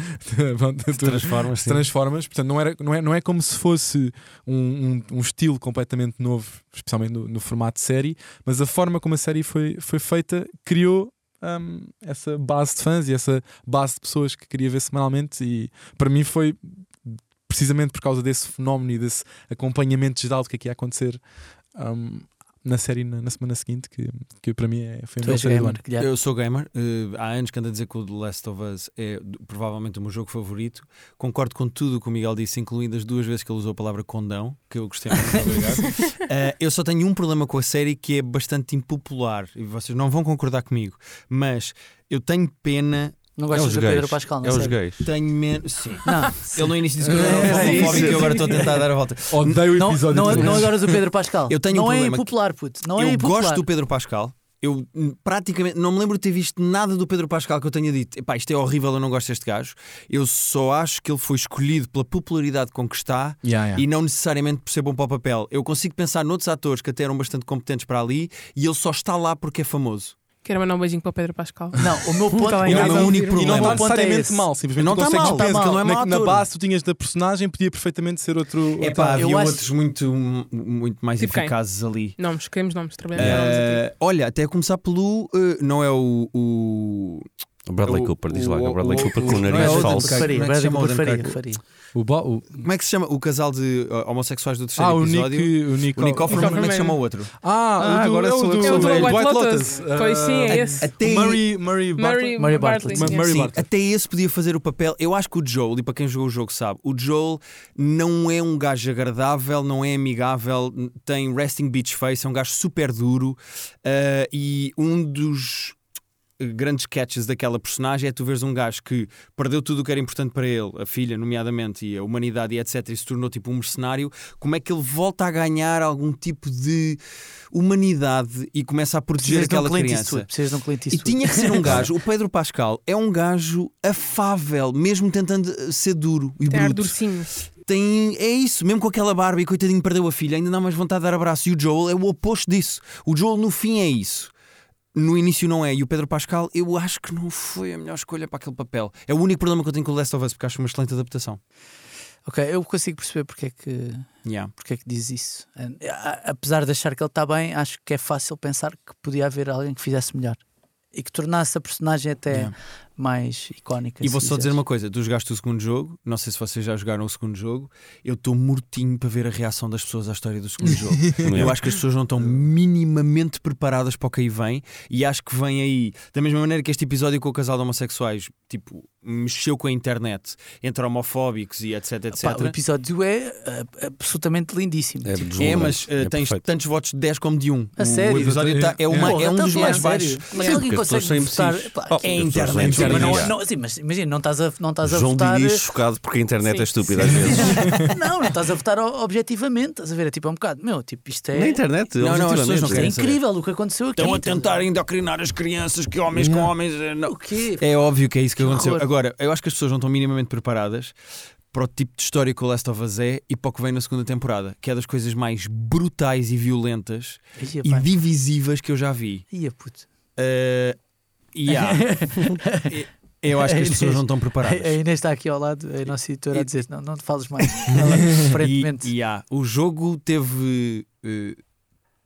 pronto, tu- Transformas, se transformas, portanto, não, era, não, é, não é como se fosse um, um- um estilo completamente novo, especialmente no, no formato de série, mas a forma como a série foi, foi feita criou hum, essa base de fãs e essa base de pessoas que queria ver semanalmente, e para mim foi precisamente por causa desse fenómeno e desse acompanhamento geral do que é que ia acontecer. hum, na série na, na semana seguinte, que, que para mim é, Tu foi a melhor és série do ano. gamer, Guilherme. Eu sou gamer, eh, há anos que ando a dizer que o The Last of Us é d- provavelmente o meu jogo favorito. Concordo com tudo o que o Miguel disse, incluindo as duas vezes que ele usou a palavra condão, que eu gostei muito, obrigado. Eh, eu só tenho um problema com a série que é bastante impopular e vocês não vão concordar comigo, mas eu tenho pena, não é os gostas do Pedro gays. Pascal não É os sei. gays. tenho menos. Sim. não Ele no início disse que eu era É isso. homofóbico e eu agora estou a tentar dar a volta. Odeio o não, episódio não, é- três. não adoras o Pedro Pascal Eu tenho não um é problema que- impopular puto não eu é impopular gosto do Pedro Pascal. Eu hum, praticamente não me lembro de ter visto nada do Pedro Pascal que eu tenha dito. Epá, isto é horrível, eu não gosto deste gajo. Eu só acho que ele foi escolhido pela popularidade com que está Yeah, yeah. e não necessariamente por ser bom para o papel. Eu consigo pensar noutros atores que até eram bastante competentes para ali e ele só está lá porque é famoso. Quero mandar um beijinho para o Pedro Pascal. Não, o meu ponto Tá bem, é E não é o meu único E não problema. está O ponto é necessariamente esse. mal, simplesmente Não tu está consegues mal, pensar. porque ele não é na, mau na ator. base tu tinhas da personagem, podia perfeitamente ser outro. É pá, Eu havia acho- outros muito, muito mais Tipo quem? eficazes ali. Nomes, queremos nomes, trabalhamos Eh, com nomes aqui. olha, até a começar pelo. eh, não é o. o- O Bradley O- Cooper, diz o- lá, o, o- Bradley o- Cooper o- com o não é nariz outro falso. cara. Faria, Como é que se Bradley chama o Cooper Duncan? faria, faria. O Bo- o- Como é que se chama o casal de eh, homossexuais do terceiro Ah, o episódio? Nick. O Nick, O Nick Offerman, Nick como é que se Offerman. chama o outro? Ah, Ah, o do, agora é o sou eu do, que É o do Dwight White Lotus. Lotus. Pois sim, é Ah, esse. Até, Murray, Murray, Bartlett. Murray, Bartley. Murray Bartley. sim. Murray sim, Bartlett. até esse podia fazer o papel. Eu acho que o Joel, e para quem jogou o jogo sabe, o Joel não é um gajo agradável, não é amigável, tem resting bitch face, é um gajo super duro. ah, e um dos grandes catches daquela personagem é tu veres um gajo que perdeu tudo o que era importante para ele, a filha, nomeadamente, e a humanidade, e etc., e se tornou tipo um mercenário, como é que ele volta a ganhar algum tipo de humanidade e começa a proteger Precisas de um aquela Clint criança? Eastwood. Precisas de um Clint E Eastwood. tinha que ser um gajo. O Pedro Pascal é um gajo afável, mesmo tentando eh, ser duro e Tem ar de bruto. ursinho. Tem, é isso, mesmo com aquela barba e coitadinho perdeu a filha, ainda dá mais vontade de dar abraço. E o Joel é o oposto disso. O Joel no fim é isso. No início não é. E o Pedro Pascal, eu acho que não foi a melhor escolha para aquele papel. É o único problema que eu tenho com o Last of Us, porque acho uma excelente adaptação. Ok, eu consigo perceber porque é que, Yeah. porque é que diz isso. A- a- Apesar de achar que ele está bem, acho que é fácil pensar que podia haver alguém que fizesse melhor e que tornasse a personagem até Yeah. mais icónica. E se vou só dizer quiseres. uma coisa: tu jogaste o segundo jogo, não sei se vocês já jogaram o segundo jogo. Eu estou mortinho para ver a reação das pessoas à história do segundo jogo. Eu acho que as pessoas não estão minimamente preparadas para o que aí vem e acho que vem aí, da mesma maneira que este episódio com o casal de homossexuais, tipo, mexeu com a internet entre homofóbicos e etc, etc. Pá, o episódio é ah, absolutamente lindíssimo. É, é, deslumbrante. mas eh, É tens perfeito. tantos votos de 10 como de 1. A sério? O episódio tá- é, uma- Porra, é um então, dos pá, mais sério. baixos. Mas Sim, alguém porque as consegue pessoas são votar. imbecis. Pá, Oh, é as pessoas são internet. Mas não, é imbecis. não, sim, mas imagina, não estás a, não estás a João votar. Diniz chocado porque a internet Sim. é estúpida às vezes. Não, não estás a votar o- objetivamente. Estás a ver? É tipo, é um bocado. Meu, tipo, isto é. Na internet, Não, não, as pessoas não objetivamente. É querem. incrível o que aconteceu aqui. Então, Estão a tentar endocrinar as crianças que homens com homens. eh, não. O quê? É óbvio que é isso que, aconteceu. horror. Agora, eu acho que as pessoas não estão minimamente preparadas para o tipo de história que o Last of Us é e para o que vem na segunda temporada, que é das coisas mais brutais e violentas Ia, É, e pá. divisivas que eu já vi. Ia, puto. Uh, e há- e- eu acho que as pessoas não estão A preparadas. a Inês está aqui ao lado, a nossa editora, a dizer: não, não te fales mais. Ela, E, aparentemente. e há. O jogo teve eh,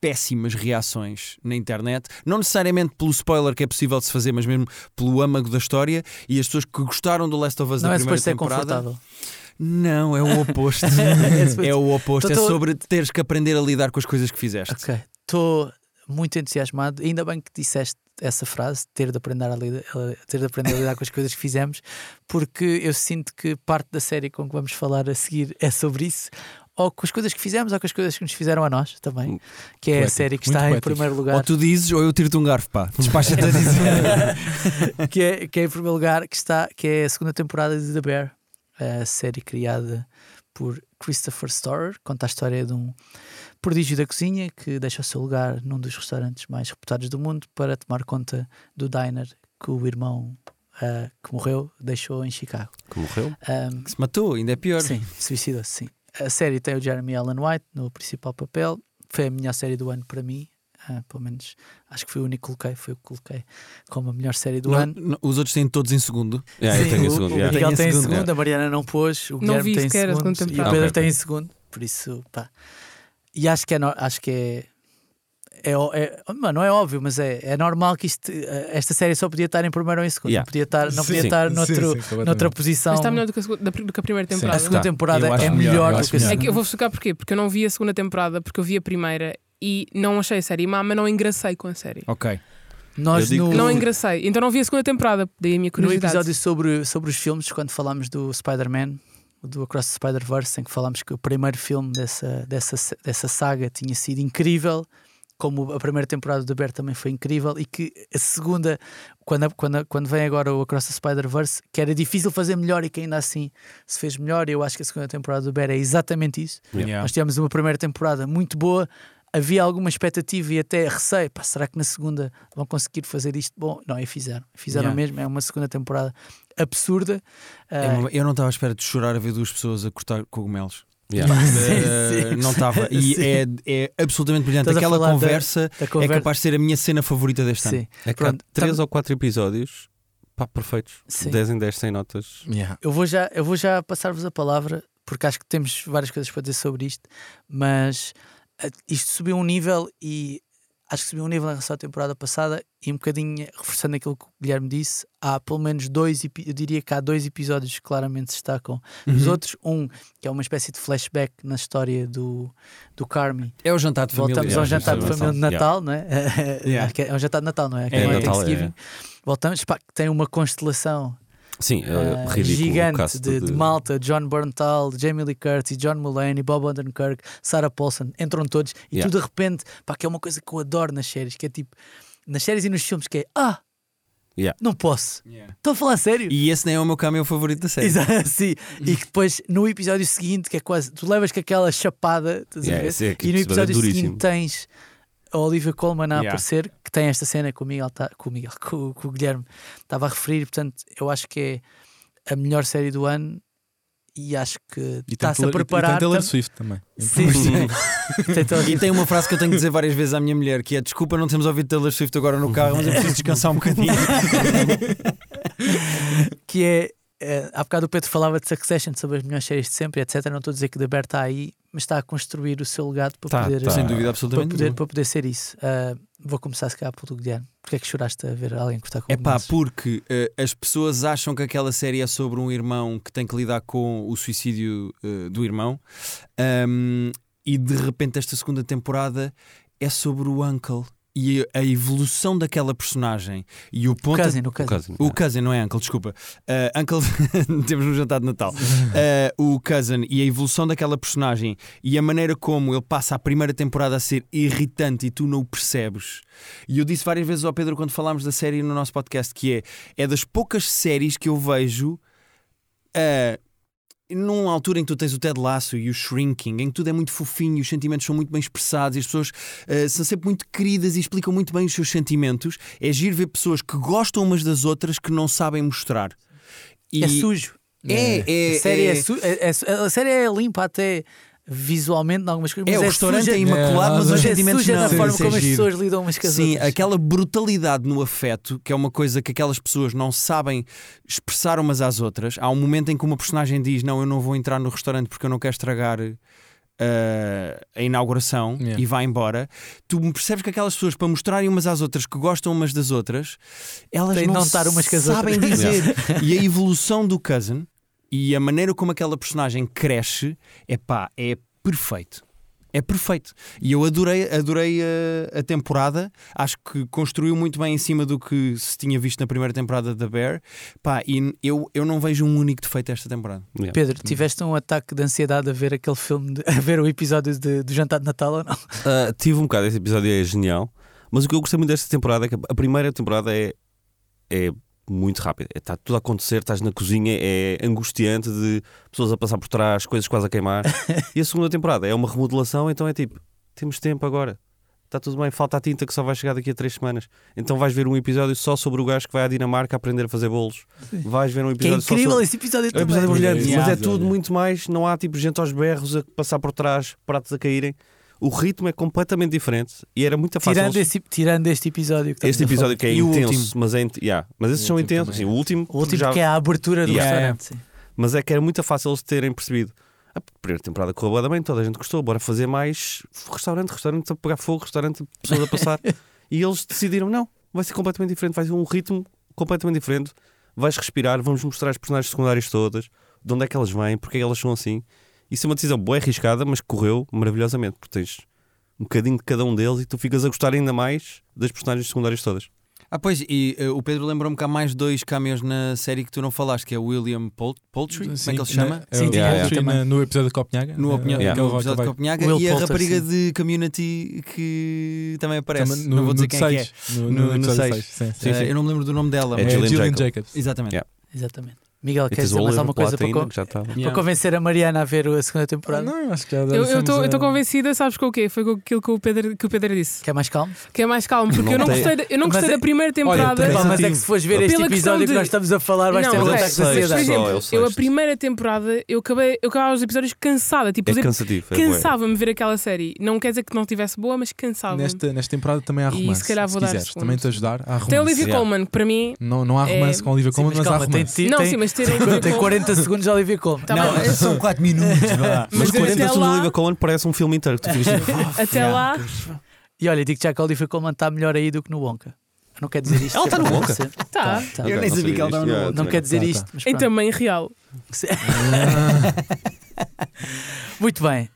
péssimas reações na internet, não necessariamente pelo spoiler que é possível de se fazer, mas mesmo pelo âmago da história e as pessoas que gostaram do Last of Us não da é primeira suposto ser temporada. confortável. Não, é o oposto. É suposto- é o oposto. É Tô- tô- sobre teres que aprender a lidar com as coisas que fizeste. Ok, estou muito entusiasmado. Ainda bem que disseste essa frase, ter de, aprender a lidar, a- ter de aprender a lidar com as coisas que fizemos, porque eu sinto que parte da série com que vamos falar a seguir é sobre isso. Ou com as coisas que fizemos, ou com as coisas que nos fizeram a nós também, que é a Hum, Poético, série que muito está em poético. primeiro Ou lugar. tu dizes, ou eu tiro-te um garfo, pá. Despacha-te a dizer. que, é, que é em primeiro lugar que está que é a segunda temporada de The Bear, a série criada por Christopher Storer, conta a história de um prodígio da cozinha que deixa o seu lugar num dos restaurantes mais reputados do mundo para tomar conta do diner que o irmão ah, que morreu deixou em Chicago. Um, Que morreu. Ahm, Se matou, ainda é pior. Sim, suicidou-se, sim. A série tem o Jeremy Allen White no principal papel. Foi a melhor série do ano para mim. Ah, pelo menos acho que foi o único que coloquei, foi o que coloquei como a melhor série do Não- ano. não- os outros têm todos em segundo. Yeah, É, eu Sim, tenho o, a segunda, o yeah. Miguel Tenho a tem em segunda. segundo, a Mariana não pôs, o Não Guilherme vi tem em sequer a segundo segunda e o temporada. Pedro Ah, ok. tem em segundo. Por isso, pá. E acho que é, no- acho que é, é, ó- é- mano, não é óbvio, mas é, é normal que isto, eh, esta série só podia estar em primeiro ou em segundo. Yeah. Não podia estar, não Sim, podia sim. estar Sim, noutro- sim, completamente. noutra posição. Mas está melhor do que a, segu- da- do que a primeira a temporada. segunda Está. temporada Eu é acho melhor, melhor eu do acho que a melhor. É segunda. que eu vou explicar porquê. Porque eu não vi a segunda temporada, porque eu vi a primeira e não achei a série má, mas não engracei com a série. Ok. Nós Eu digo no, que Não engracei. Então não vi a segunda temporada, daí a minha no curiosidade. episódio sobre, sobre os filmes, quando falámos do Spider-Man, do Across the Spider-Verse, em que falámos que o primeiro filme dessa, dessa, dessa saga tinha sido incrível, como a primeira temporada do Bear também foi incrível, e que a segunda, quando, a- quando, a- quando vem agora o Across the Spider-Verse, que era difícil fazer melhor e que ainda assim se fez melhor, e eu acho que a segunda temporada do Bear é exatamente isso. Nós tivemos uma primeira temporada muito boa, havia alguma expectativa e até receio. Pá, será que na segunda vão conseguir fazer isto? Bom, não, e fizeram. Fizeram Yeah. mesmo. É uma segunda temporada absurda. É Ah, uma- eu não estava à espera de chorar a ver duas pessoas a cortar cogumelos. Yeah. Eh, sim. Não estava. E Sim. é, é absolutamente brilhante. Estás a Aquela falar da- conversa, eh, Da é conversa. capaz de ser a minha cena favorita deste ano. Sim. É que há Pronto, três tam- ou quatro episódios, pá, perfeitos. Sim. 10 em 10 sem notas. Yeah. Eu vou já, eu vou já passar-vos a palavra, porque acho que temos várias coisas para dizer sobre isto, mas eh, isto subiu um nível e acho que subiu um nível em relação à temporada passada e um bocadinho reforçando aquilo que o Guilherme disse, há pelo menos dois, epi- eu diria que há dois episódios que claramente se destacam. Uhum. Os outros, um que é uma espécie de flashback na história do, do Carmi. É o jantar de família. Voltamos ao Yeah, jantar de sim, família de sim. Natal, não é? Yeah. Acho que É um jantar de Natal, não é? Que É, não Natal, é, Thanksgiving. é. Voltamos, pá, que tem uma constelação Sim, é ah, ridículo. o gigante cast de, de Malta, John Berntal, Jamie Lee Curtis, John Mulaney, Bob Odenkirk, Sarah Paulson, entram todos e Yeah. tu de repente, pá, que é uma coisa que eu adoro nas séries, que é tipo, nas séries e nos filmes, que é, ah, Yeah. não posso, estou a falar a sério. E esse nem é o meu caminho favorito da série. Exato, sim. E que depois no episódio seguinte, que é quase, tu levas com aquela chapada, estás a Yeah, ver? esse é que- e no esse episódio é episódio duríssimo. seguinte tens a Olivia Colman a Yeah. aparecer, que tem esta cena que o Miguel, tá, que o, Miguel que, o, que o Guilherme estava a referir, portanto, eu acho que é a melhor série do ano e acho que E tem está-se a Taylor- e- E preparar. tem Taylor tam- Swift também. Sim, sim. Tem Taylor E Swift. tem uma frase que eu tenho que dizer várias vezes à minha mulher que é desculpa não temos ouvido Taylor Swift agora no carro, mas eu preciso descansar um bocadinho. que é, eh, há bocado o Pedro falava de Succession sobre as melhores séries de sempre, etc. Não estou a dizer que The Bear está aí, mas está a construir o seu legado para Tá, poder tá. Sem Sem dúvida dúvida, para absolutamente. poder, para poder ser isso. Ah, vou começar se calhar pelo Guilherme. Porquê é que choraste a ver alguém cortar com É pá, porque eh, as pessoas acham que aquela série é sobre um irmão que tem que lidar com o suicídio eh, do irmão Ahm, e de repente esta segunda temporada é sobre o Uncle e a evolução daquela personagem e o o ponto é Cousin, o Cousin. O Cousin. O Cousin, não é Uncle, desculpa. Uh, uncle, temos um jantar de Natal. Uh, o Cousin e a evolução daquela personagem e a maneira como ele passa a primeira temporada a ser irritante e tu não o percebes. E eu disse várias vezes ao Pedro quando falámos da série no nosso podcast que é, é das poucas séries que eu vejo. uh, numa altura em que tu tens o Ted Lasso e o Shrinking, em que tudo é muito fofinho, os sentimentos são muito bem expressados e as pessoas eh, são sempre muito queridas e explicam muito bem os seus sentimentos, é giro ver pessoas que gostam umas das outras que não sabem mostrar. E É sujo. É, é, a, série é, é- su- é- é su- a série é limpa até visualmente em algumas coisas. É, mas o é restaurante suja, é imaculado, É, mas os mas é sentimentos suja não. da Sim, forma isso é como as giro. pessoas lidam umas com as Sim, outras. aquela brutalidade no afeto, que é uma coisa que aquelas pessoas não sabem expressar umas às outras. Há um momento em que uma personagem diz: Não, eu não vou entrar no restaurante porque eu não quero estragar. eh, a inauguração Yeah. e vai embora, tu percebes que aquelas pessoas, para mostrarem umas às outras que gostam umas das outras, elas Tem de não, não estar umas com as sabem outras. dizer. e a evolução do cousin e a maneira como aquela personagem cresce é pá, é perfeito. É perfeito. E eu adorei, adorei a, a temporada. Acho que construiu muito bem em cima do que se tinha visto na primeira temporada da Bear. Pá, e eu, eu não vejo um único defeito esta temporada. Yeah. Pedro, tiveste um ataque de ansiedade a ver aquele filme, de- a ver o episódio de- do jantar de Natal ou não? Ah, tive um bocado, esse episódio é genial. Mas o que eu gostei muito desta temporada é que a primeira temporada é, é muito rápida. Está tudo a acontecer, estás na cozinha, é angustiante de pessoas a passar por trás, coisas quase a queimar. e a segunda temporada é uma remodelação, então é tipo, temos tempo agora. Está tudo bem, falta a tinta que só vai chegar daqui a três semanas. Então vais ver um episódio só sobre o gajo que vai à Dinamarca aprender a fazer bolos. Vais ver um Que é episódio só incrível sobre... esse episódio É um episódio também. brilhante, Yeah. mas é tudo muito mais. Não há tipo gente aos berros a passar por trás, pratos a caírem. O ritmo é completamente diferente e era muito fácil. Tirando, esse, tirando este episódio que este estamos a falar. episódio que é E o intenso, último. mas, é, int- yeah, mas esses são último intensos. também. Sim, o último, O último já- que é a abertura do Yeah. restaurante. sim. mas é que era muito fácil eles terem percebido. A primeira temporada correu bué da bem, toda a gente gostou. Bora fazer mais restaurante, restaurante a pegar fogo, restaurante, pessoas a passar. e eles decidiram: não, vai ser completamente diferente, vai ser um ritmo completamente diferente. Vais respirar, vamos mostrar as personagens secundárias todas, de onde é que elas vêm, porque é que elas são assim. Isso é uma decisão boa arriscada, mas que correu maravilhosamente, porque tens um bocadinho de cada um deles e tu ficas a gostar ainda mais das personagens secundárias todas. Ah, pois, e eh, o Pedro lembrou-me que há mais dois cameos na série que tu não falaste, que é o William Pol Poultry, como é que ele se chama? É, Sim, o- tinha é, outro é, também. na- No episódio de Copenhaga. No, é, opinião, é, Yeah. no aquele episódio de vai- Copenhaga Will e a Poulter, rapariga sim. de Community que também aparece. também não no- vou dizer no quem é que seis, é. No No- no no episódio seis. seis, sim. Sim, Eh, sim. Eu não me lembro do nome dela. É mas- É Gillian Gillian Jacobs. Jacobs. Exatamente. Yeah. Exatamente. Miguel, E tens queres o dizer mais Oliver alguma Platt coisa para, ainda, con- que já tá- está. para convencer a Mariana a ver a segunda temporada? Não, acho que já Eu estamos estou a- convencida, sabes com o quê? Foi com aquilo que o Pedro, que o Pedro disse. Que é mais calmo? Que é mais calmo, porque eu não tem- gostei, da- eu não Mas gostei é- da primeira temporada. Pá, Pensativo. mas é que se fores ver este Pela questão episódio que de- nós estamos a falar, vais Não, ter um mas é ataque que de sexto, Por ansiedade. só, exemplo, é o eu a sexto. primeira temporada, eu acabei, eu acabava os episódios cansada. Tipo, É por exemplo, cansativo. é bué. cansava-me ver aquela série. Não quer dizer que não tivesse boa, mas cansava-me. Nesta, nesta temporada também há E romance. se calhar vou dar quiseres, segundos. também te ajudar. Há romance. Tem a Olivia Yeah. Colman, que para mim. Não, não há É, romance com Olivia Sim, Coleman, mas mas, há calma, tem, romance. tem, não, tem, sim, mas ter a Olivia tem Colman- 40 segundos de Olivia Colman. Tá Não, bem, é- são 4 minutos, vá lá. Mas Mas até 40 segundos do lá, Oliver Cohen parece um filme inteiro. que tu ficas tipo, até lá E olha, digo já que a Olivia Colman está melhor aí do que no Wonka. Não quer dizer isto. Ela que é tá no para Wonka? acontecer. Tá. Então- Tá, Ok, tá. nem não sabia sabia que ela disto. dava no- Yeah, Não também quer dizer Tá, tá. isto, mas em pronto. tamanho real. Muito bem.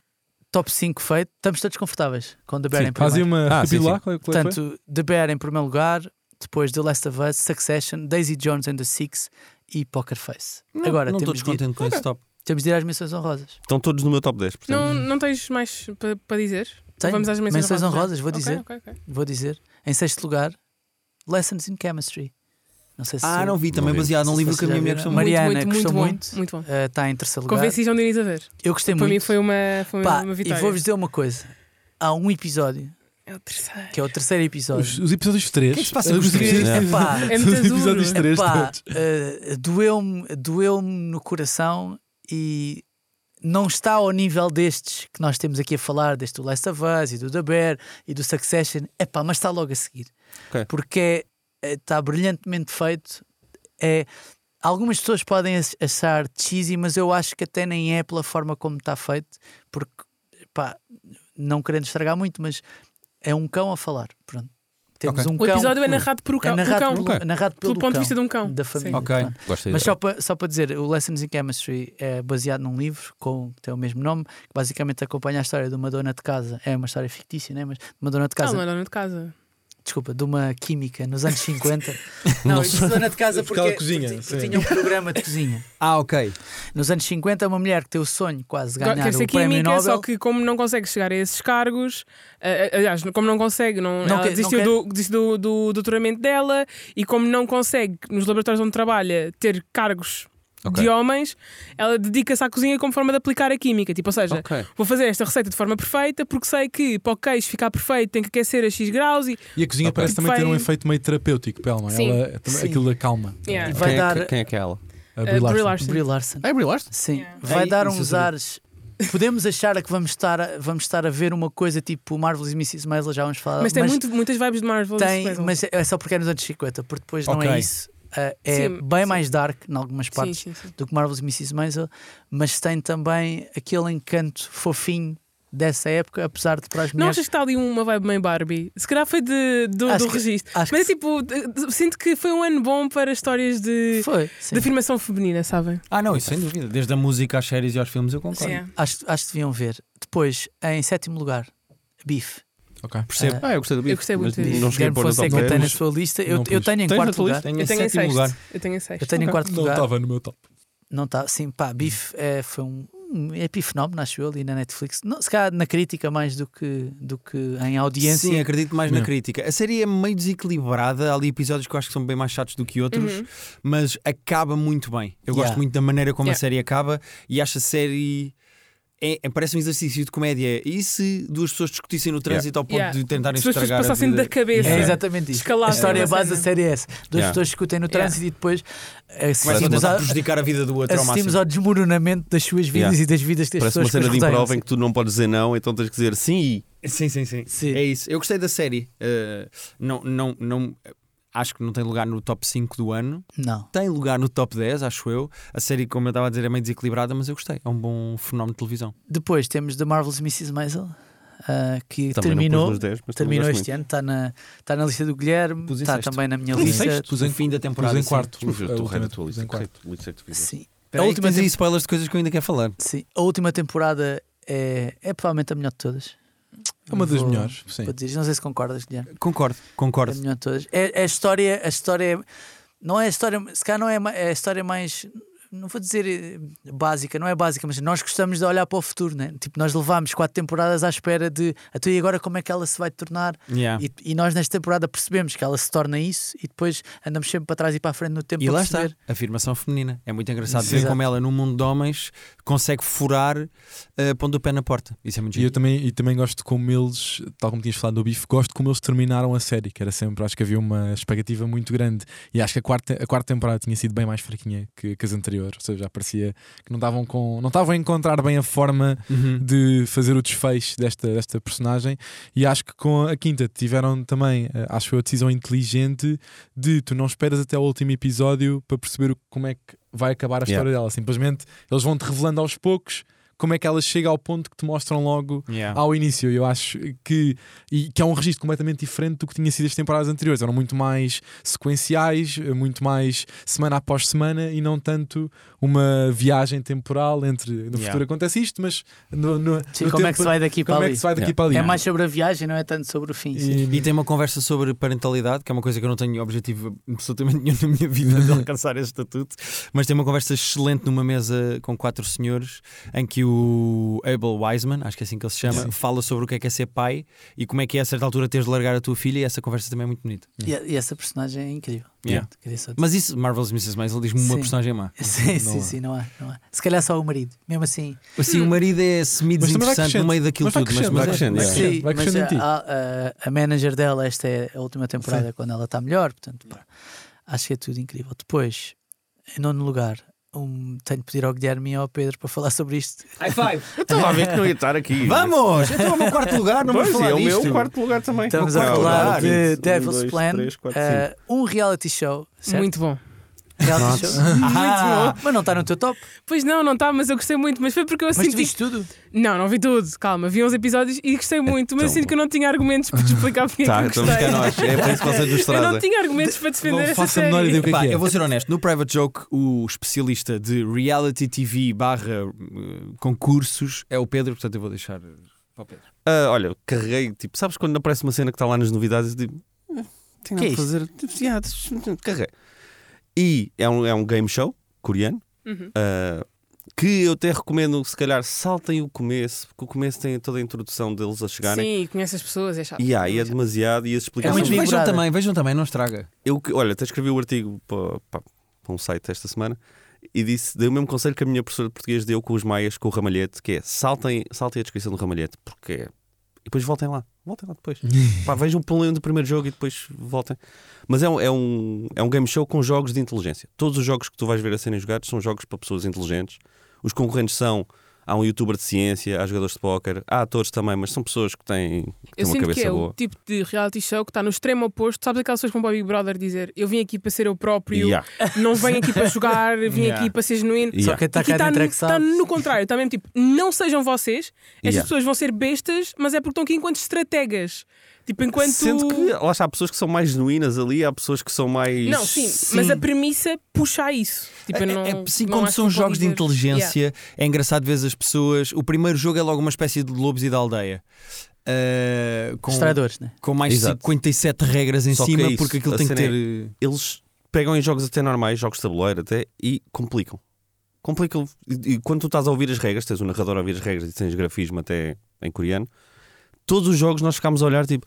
Top 5 feito. Estamos todos confortáveis com The Bear em Fazia primeiro. uma Ah, rápido sim, lá. Qual é, qual é que foi? Portanto, The Bear em primeiro lugar, depois The Last of Us, Succession, Daisy Jones and the Six e Poker Face. Agora não estou temos, de, descontente com esse top. temos de ir às menções honrosas. Estão todos no meu top 10. portanto. Não, não tens mais para dizer? Tenho. Vamos às menções honrosas já? honrosas, vou Ok, dizer. ok, ok. Vou dizer. Em sexto lugar, Lessons in Chemistry. Não sei se. Ah, não vi, também vi. baseado num Se livro que a minha mulher vocês gostou já muito. Muito, Mariana, muito, muito, gostou bom. muito. Muito bom. eh, está em terceiro lugar. Convenci João Diniz a ver. Eu gostei Para muito. mim foi uma, foi Pá, uma e vitória. vou-vos dizer uma coisa. Há um episódio, É o terceiro. que é o terceiro episódio. Os, os episódios 3. O que é que se passa com os três? Epá, É muito Os episódios azul. 3 Epá, todos. eh, doeu-me doeu no coração e não está ao nível destes que nós temos aqui a falar, deste do Last of Us e do The Bear e do Succession, Epá, mas está logo a seguir. Ok. Porque é- está brilhantemente feito. É, algumas pessoas podem ach- achar cheesy, mas eu acho que até nem é pela forma como está feito, porque epá, não querendo estragar muito, mas é um cão a falar. Pronto. Temos Ok. um O cão episódio é narrado por o cão. é o narrado, cão. pelo, Ok. narrado pelo Pelo ponto de cão, vista de um cão. Da Sim. família. Ok. pronto. Gostei Mas dela. só para, só para dizer, o Lessons in Chemistry é baseado num livro com, que tem o mesmo nome, que basicamente acompanha a história de uma dona de casa. É uma história fictícia, né? mas de uma dona de Ah, casa, não, não, de casa. desculpa, de uma química nos anos 50. não, isso de dona de casa Porque porque, ela cozinha, porque- porque sim. tinha um programa de cozinha. Ah, ok. Nos anos 50, uma mulher que tem o sonho quase de ganhar Quer ser o prémio química, Nobel. só que como não consegue chegar a esses cargos, ah, ah, aliás, como não consegue, não, Não ela quer- desistiu, não do, desistiu do, do doutoramento dela e como não consegue, nos laboratórios onde trabalha, ter cargos Ok. de homens, ela dedica-se à cozinha como forma de aplicar a química. Tipo, ou seja, Ok. vou fazer esta receita de forma perfeita porque sei que para o queijo ficar perfeito tem que aquecer a X graus e. E a cozinha Ok. parece também ter um Vai- efeito meio terapêutico para ela, não é? Sim. Ela também- Sim. Aquilo acalma. Yeah. Vai quem, é, dar- que- quem é que é ela? A Ah, Brie Larson. Brie Larson. Brie Larson. É Brie Larson? Sim, Yeah. vai Ei, dar isso eu uns sabia. ares. Podemos achar que vamos estar, a, vamos estar a ver uma coisa tipo Marvel's Mrs. Maisel, já vamos falar. Mas tem muito- muitas vibes de Marvel. Ah, tem, isso mesmo. mas é só porque é nos anos 50, porque depois não é Ok. isso. Ah, é Sim, bem sim. mais dark em algumas sim, partes sim, sim. do que Marvel's Mrs. Maisel, mas tem também aquele encanto fofinho dessa época, apesar de para as Não mulheres. achas que está ali uma vibe meio Barbie? Se calhar foi de, do, Acho do que- registro. acho Mas é que tipo, de- de- sinto que foi um ano bom para histórias de, foi. sim. de afirmação feminina, sabem? é. Ah, não, isso sem dúvida. Desde a música às séries e aos filmes eu concordo. Acho, acho que deviam ver. Depois, em sétimo lugar, Beef. Ok. Percebo. Ah, eu gostei do bife. eu gostei muito mas disso. Não cheguei a Guilherme pôr no top Fonseca tem na 10. sua lista. Eu, Não eu pus. tenho em Tens na quarto tua lugar. Tenho Eu tenho em sétimo sexto. lugar. Eu tenho em Eu sexto. tenho em quarto Não lugar. estava no meu top. Não está, sim, pá, Beef é, foi um, um epifenómeno, acho eu, ali na Netflix. Não, se calhar na crítica mais do que, do que em audiência. Sim, acredito mais na Não. crítica. A série é meio desequilibrada, há ali episódios que eu acho que são bem mais chatos do que Uhum. outros, mas acaba muito bem. Eu Yeah. gosto muito da maneira como Yeah. a série acaba e acho a série. É, é- parece um exercício de comédia. E se duas pessoas discutissem no trânsito ao um ponto Yeah. de tentarem Se as pessoas estragar a passassem vida? da cabeça. é exatamente isso. Escalado, a história é uma base da cena. série é essa. Duas Yeah. pessoas discutem no trânsito e depois Começam a assistimos, tentar ao, prejudicar a vida do outro ao assistimos máximo. ao desmoronamento das suas vidas Yeah. e das vidas das Parece uma pessoas cena de que as rodeiam. improva em que tu não podes dizer não, então tens que dizer sim e. Sim, sim, sim, Sim. É isso. Eu gostei da série. Uh, não, não, não, acho que não tem lugar no top 5 do ano. Não. Tem lugar no top 10, acho eu. A série, como eu estava a dizer, é meio desequilibrada, mas eu gostei. É um bom fenómeno de televisão. Depois temos The Marvel's Mrs. Maisel, ah, Também não que pus terminou, nos 10, mas também terminou gosto este ano, está na, está na lista do Guilherme, Pus em está sexto. também na minha Pus em lista. sexto, pus em fim da Pus temporada. em sim. quarto. Vamos ver, A tu última- resta a tua pus em lista. quarto. que lista que tu fizeste. Sim. Espera aí que última tens aí temp- spoilers de coisas que eu ainda quero falar. Sim, a última temporada é, é provavelmente a melhor de todas. É uma das Vou- melhores. Sim. Vou dizer, não sei se concordas, Guilherme. Concordo, É a concordo. melhor de todas. É, é a história, a história não é a história, se calhar não é, ma- é a história mais não vou dizer eh, básica, não é básica, mas nós gostamos de olhar para o futuro, né? Tipo, nós levámos quatro temporadas à espera de até e agora como é que ela se vai tornar. É. Yeah. E, e nós nesta temporada percebemos que ela se torna isso e depois andamos sempre para trás e para a frente no tempo E para lá perceber. está, afirmação feminina. É muito engraçado ver Exato. como ela, num mundo de homens, consegue furar eh, pondo o pé na porta. Isso é muito E eu giro. também, e também gosto como eles, tal como tinhas falado no bife, gosto como eles terminaram a série, que era sempre, acho que havia uma expectativa muito grande. E acho que a quarta, a quarta temporada tinha sido bem mais fraquinha que, que as anteriores, ou seja, já parecia que não estavam com. não estavam a encontrar bem a forma Uhum. de fazer o desfecho desta, desta personagem. E acho que com a quinta tiveram também, eh, acho eu, a decisão inteligente de tu não esperas até o último episódio para perceber o- como é que vai acabar a Yeah. história dela. Simplesmente eles vão-te revelando aos poucos como é que ela chega ao ponto que te mostram logo Yeah. ao início. Eu acho que, e que é um registro completamente diferente do que tinha sido as temporadas anteriores. Eram muito mais sequenciais, muito mais semana após semana e não tanto uma viagem temporal entre no Yeah. futuro acontece isto, mas no, no- Sim, no como é tempo- que se vai daqui para como é ali? que se vai daqui Yeah. para ali? É mais sobre a viagem, não é tanto sobre o fim. sim. E tem uma conversa sobre parentalidade, que é uma coisa que eu não tenho objetivo absolutamente nenhum na minha vida de alcançar esse estatuto, mas tem uma conversa excelente numa mesa com quatro senhores em que o Abel Wiseman, acho que é assim que ele se chama, Sim. fala sobre o que é que é ser pai e como é que é a certa altura teres de largar a tua filha, e essa conversa também é muito bonita. E, e essa personagem é incrível. Yeah. Queria só dizer. Mas isso, Marvel's Mrs. Maisel diz-me uma Sim. personagem má. Sim, Não sim, há. sim, não há, não há. Se calhar só o marido, mesmo assim. Assim, o marido é Mas também vai semi-desinteressante no crescendo. meio daquilo Mas vai tudo, mas, mas vai crescendo, é. crescendo. Mas, Yeah. Sim, sim, vai mas crescendo a, em ti. a- a manager dela, esta é a última temporada quando ela está melhor, portanto, pá, acho que é tudo incrível. Depois, em nono lugar, um- tenho de pedir ao Guilherme e ao Pedro para falar sobre isto. High five! Estava a ver que não ia estar aqui. Vamos! Então é o meu quarto lugar, não vamos Pois, falar é o disto. meu quarto lugar também. Estamos Meu a quarto falar lugar. de Um, Devil's dois, Plan, três, quatro, eh, um reality show, certo? Muito bom. reality show. Ah, Mas não está no teu top, Pois não, não está, mas eu gostei muito. Mas foi porque eu mas senti. tu viste tudo. Não, não vi tudo. Calma, vi uns episódios e gostei muito, mas eu tão sinto que eu não tinha argumentos para te explicar porque Tá, é que eu estamos cá gostei. nós. É por isso que vocês nos Eu não trazem. tinha argumentos para defender Não essa faço a menor série. ideia do que é Pá, que é. eu vou ser honesto, no Private Joke, o especialista de reality TV barra eh, concursos é o Pedro, portanto eu vou deixar eh, para o Pedro. Ah, olha, carreguei, tipo, sabes quando aparece uma cena que está lá nas novidades, eu digo, "Hum, tenho Que é nada a isto? fazer, tipo, "Ya, deixa- carreguei. E é um, é um game show coreano Uhum. ah, que eu até recomendo, se calhar, saltem o começo, porque o começo tem toda a introdução deles a chegarem. Sim, conhece as pessoas, é chato. E aí é demasiado e as É explicações. muito Mas vejam vibrada. também, vejam também, não estraga. eu, que- olha, até escrevi o artigo para, para- para um site esta semana e disse, dei o mesmo conselho que a minha professora de português deu com os maias, com o ramalhete, que é saltem, saltem a descrição do ramalhete, porque é. E depois voltem lá, voltem lá depois. Pá, vejam pelo menos o primeiro jogo e depois voltem. Mas é um, é, um, é um game show com jogos de inteligência. Todos os jogos que tu vais ver a serem jogados são jogos para pessoas inteligentes. Os concorrentes são. Há um youtuber de ciência, há jogadores de póquer, há atores também, mas são pessoas que têm, que Eu têm uma sinto que cabeça é boa. o tipo de reality show que está no extremo oposto. Sabes aquelas pessoas que vão para o Big Brother dizer eu vim aqui para ser eu próprio, Yeah, não venho aqui para jogar, vim Yeah. aqui para ser genuíno. yeah. Só quem está Aqui cá está dentro no, é que está sabe. no contrário, está mesmo tipo, não sejam vocês, estas Yeah. pessoas vão ser bestas, mas é porque estão aqui enquanto estrategas. Tipo, enquanto. Sendo que lá está, há pessoas que são mais genuínas ali, há pessoas que são mais. Não, sim, Sim. mas a premissa puxa a isso. Tipo, eu não, é, é, assim não como acho são que eu jogos de consigo dizer- inteligência, é engraçado ver as pessoas. O primeiro jogo é logo uma espécie de lobos e da aldeia. Eh, com, Mostradores, né? com mais Exato. 57 regras em Só que é cima, isso, porque aquilo a tem que cena é- ter. eh, Eles pegam em jogos até normais, jogos de tabuleiro até, e complicam. Complicam. E, e quando tu estás a ouvir as regras, tens o narrador a ouvir as regras e tens grafismo até em coreano, todos os jogos nós ficámos a olhar tipo.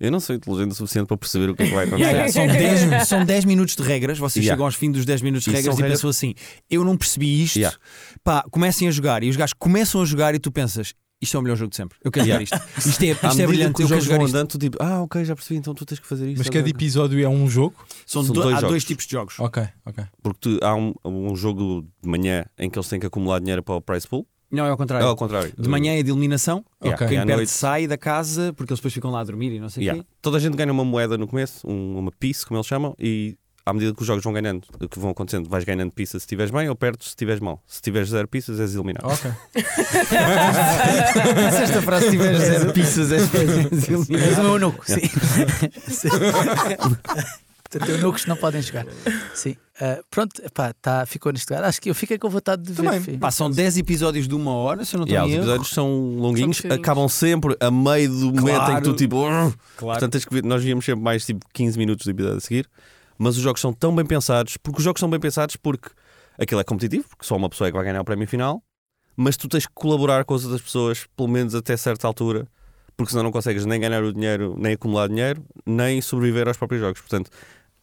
Eu não sou inteligente o suficiente para perceber o que é que vai acontecer. Yeah, yeah, são 10 são 10 minutos de regras, vocês Yeah. chegam aos fins dos 10 minutos de E regras e são regras- pensam assim: eu não percebi isto. Yeah. Pá, comecem a jogar e os gajos começam a jogar e tu pensas: isto é o melhor jogo de sempre, eu quero Yeah. jogar isto. Isto é, À isto é medida brilhante, que eu os quero jogos vão jogar isto. andando, tu tipo, ah, ok, já percebi, então tu tens que fazer isto. Mas ok, cada ok." episódio é um jogo. tipo, São, São do- dois há dois jogos. tipos de jogos. Ok, ok. Porque tu- há um, um jogo de manhã em que eles têm que acumular dinheiro para o prize pool. Não, é ao É contrário. ao contrário. De manhã é de eliminação, Ok. quem E à perde noite- sai da casa porque eles depois ficam lá a dormir e não sei o Yeah. quê. Toda a gente ganha uma moeda no começo, um- uma piece, como eles chamam, e à medida que os jogos vão ganhando, que vão acontecendo, vais ganhando pizza se estiveres bem ou perdes se estiveres mal. Se tiveres zero pizzas, és eliminado. Ok. Se esta frase tiver zero pizzas, é és És eliminado. um eunuco, sim. Sim. Portanto, eunucos não podem jogar. Sim. Ah, pronto, pá, tá, ficou neste lugar. Acho que eu fiquei com vontade de ver. Também. filho. Pá, são 10 episódios de uma hora, se eu não estou Yeah, em os erro. episódios são longuinhos, São pequeninos. acabam sempre a meio do momento em que Claro. tu tipo. "Urgh". Claro. Portanto, tens que ver- nós víamos sempre mais tipo 15 minutos de episódio a seguir, mas os jogos são tão bem pensados, porque os jogos são bem pensados porque aquilo é competitivo, porque só uma pessoa é que vai ganhar o prémio final, mas tu tens que colaborar com as outras pessoas, pelo menos até certa altura, porque senão não consegues nem ganhar o dinheiro, nem acumular dinheiro, nem sobreviver aos próprios jogos. Portanto,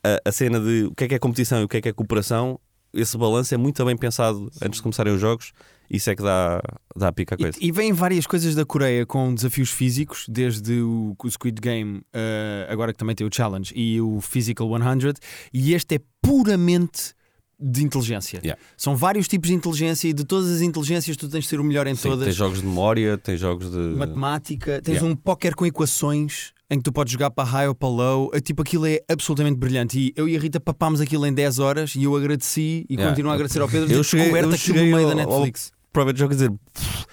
a, a cena de o que é que é competição e o que é que é cooperação, esse balanço é muito bem pensado antes de começarem os jogos, isso é que dá, dá pica à coisa. E, e vêm várias coisas da Coreia com desafios físicos, desde o, o Squid Game, eh, agora que também tem o Challenge, e o Physical 100, e este é puramente de inteligência. Yeah. São vários tipos de inteligência e de todas as inteligências tu tens de ser o melhor em Sim, todas. Tem jogos de memória, tem jogos de. matemática, tens Yeah. um póquer com equações em que tu podes jogar para high ou para low. Eh, Tipo, aquilo é absolutamente brilhante. E eu e a Rita papámos aquilo em 10 horas e eu agradeci e Yeah. continuo a agradecer ao Pedro de Eu ter cheguei- descoberto eu aquilo no cheguei meio da ao- ao- Netflix. Prova de jogo a dizer. "Pff,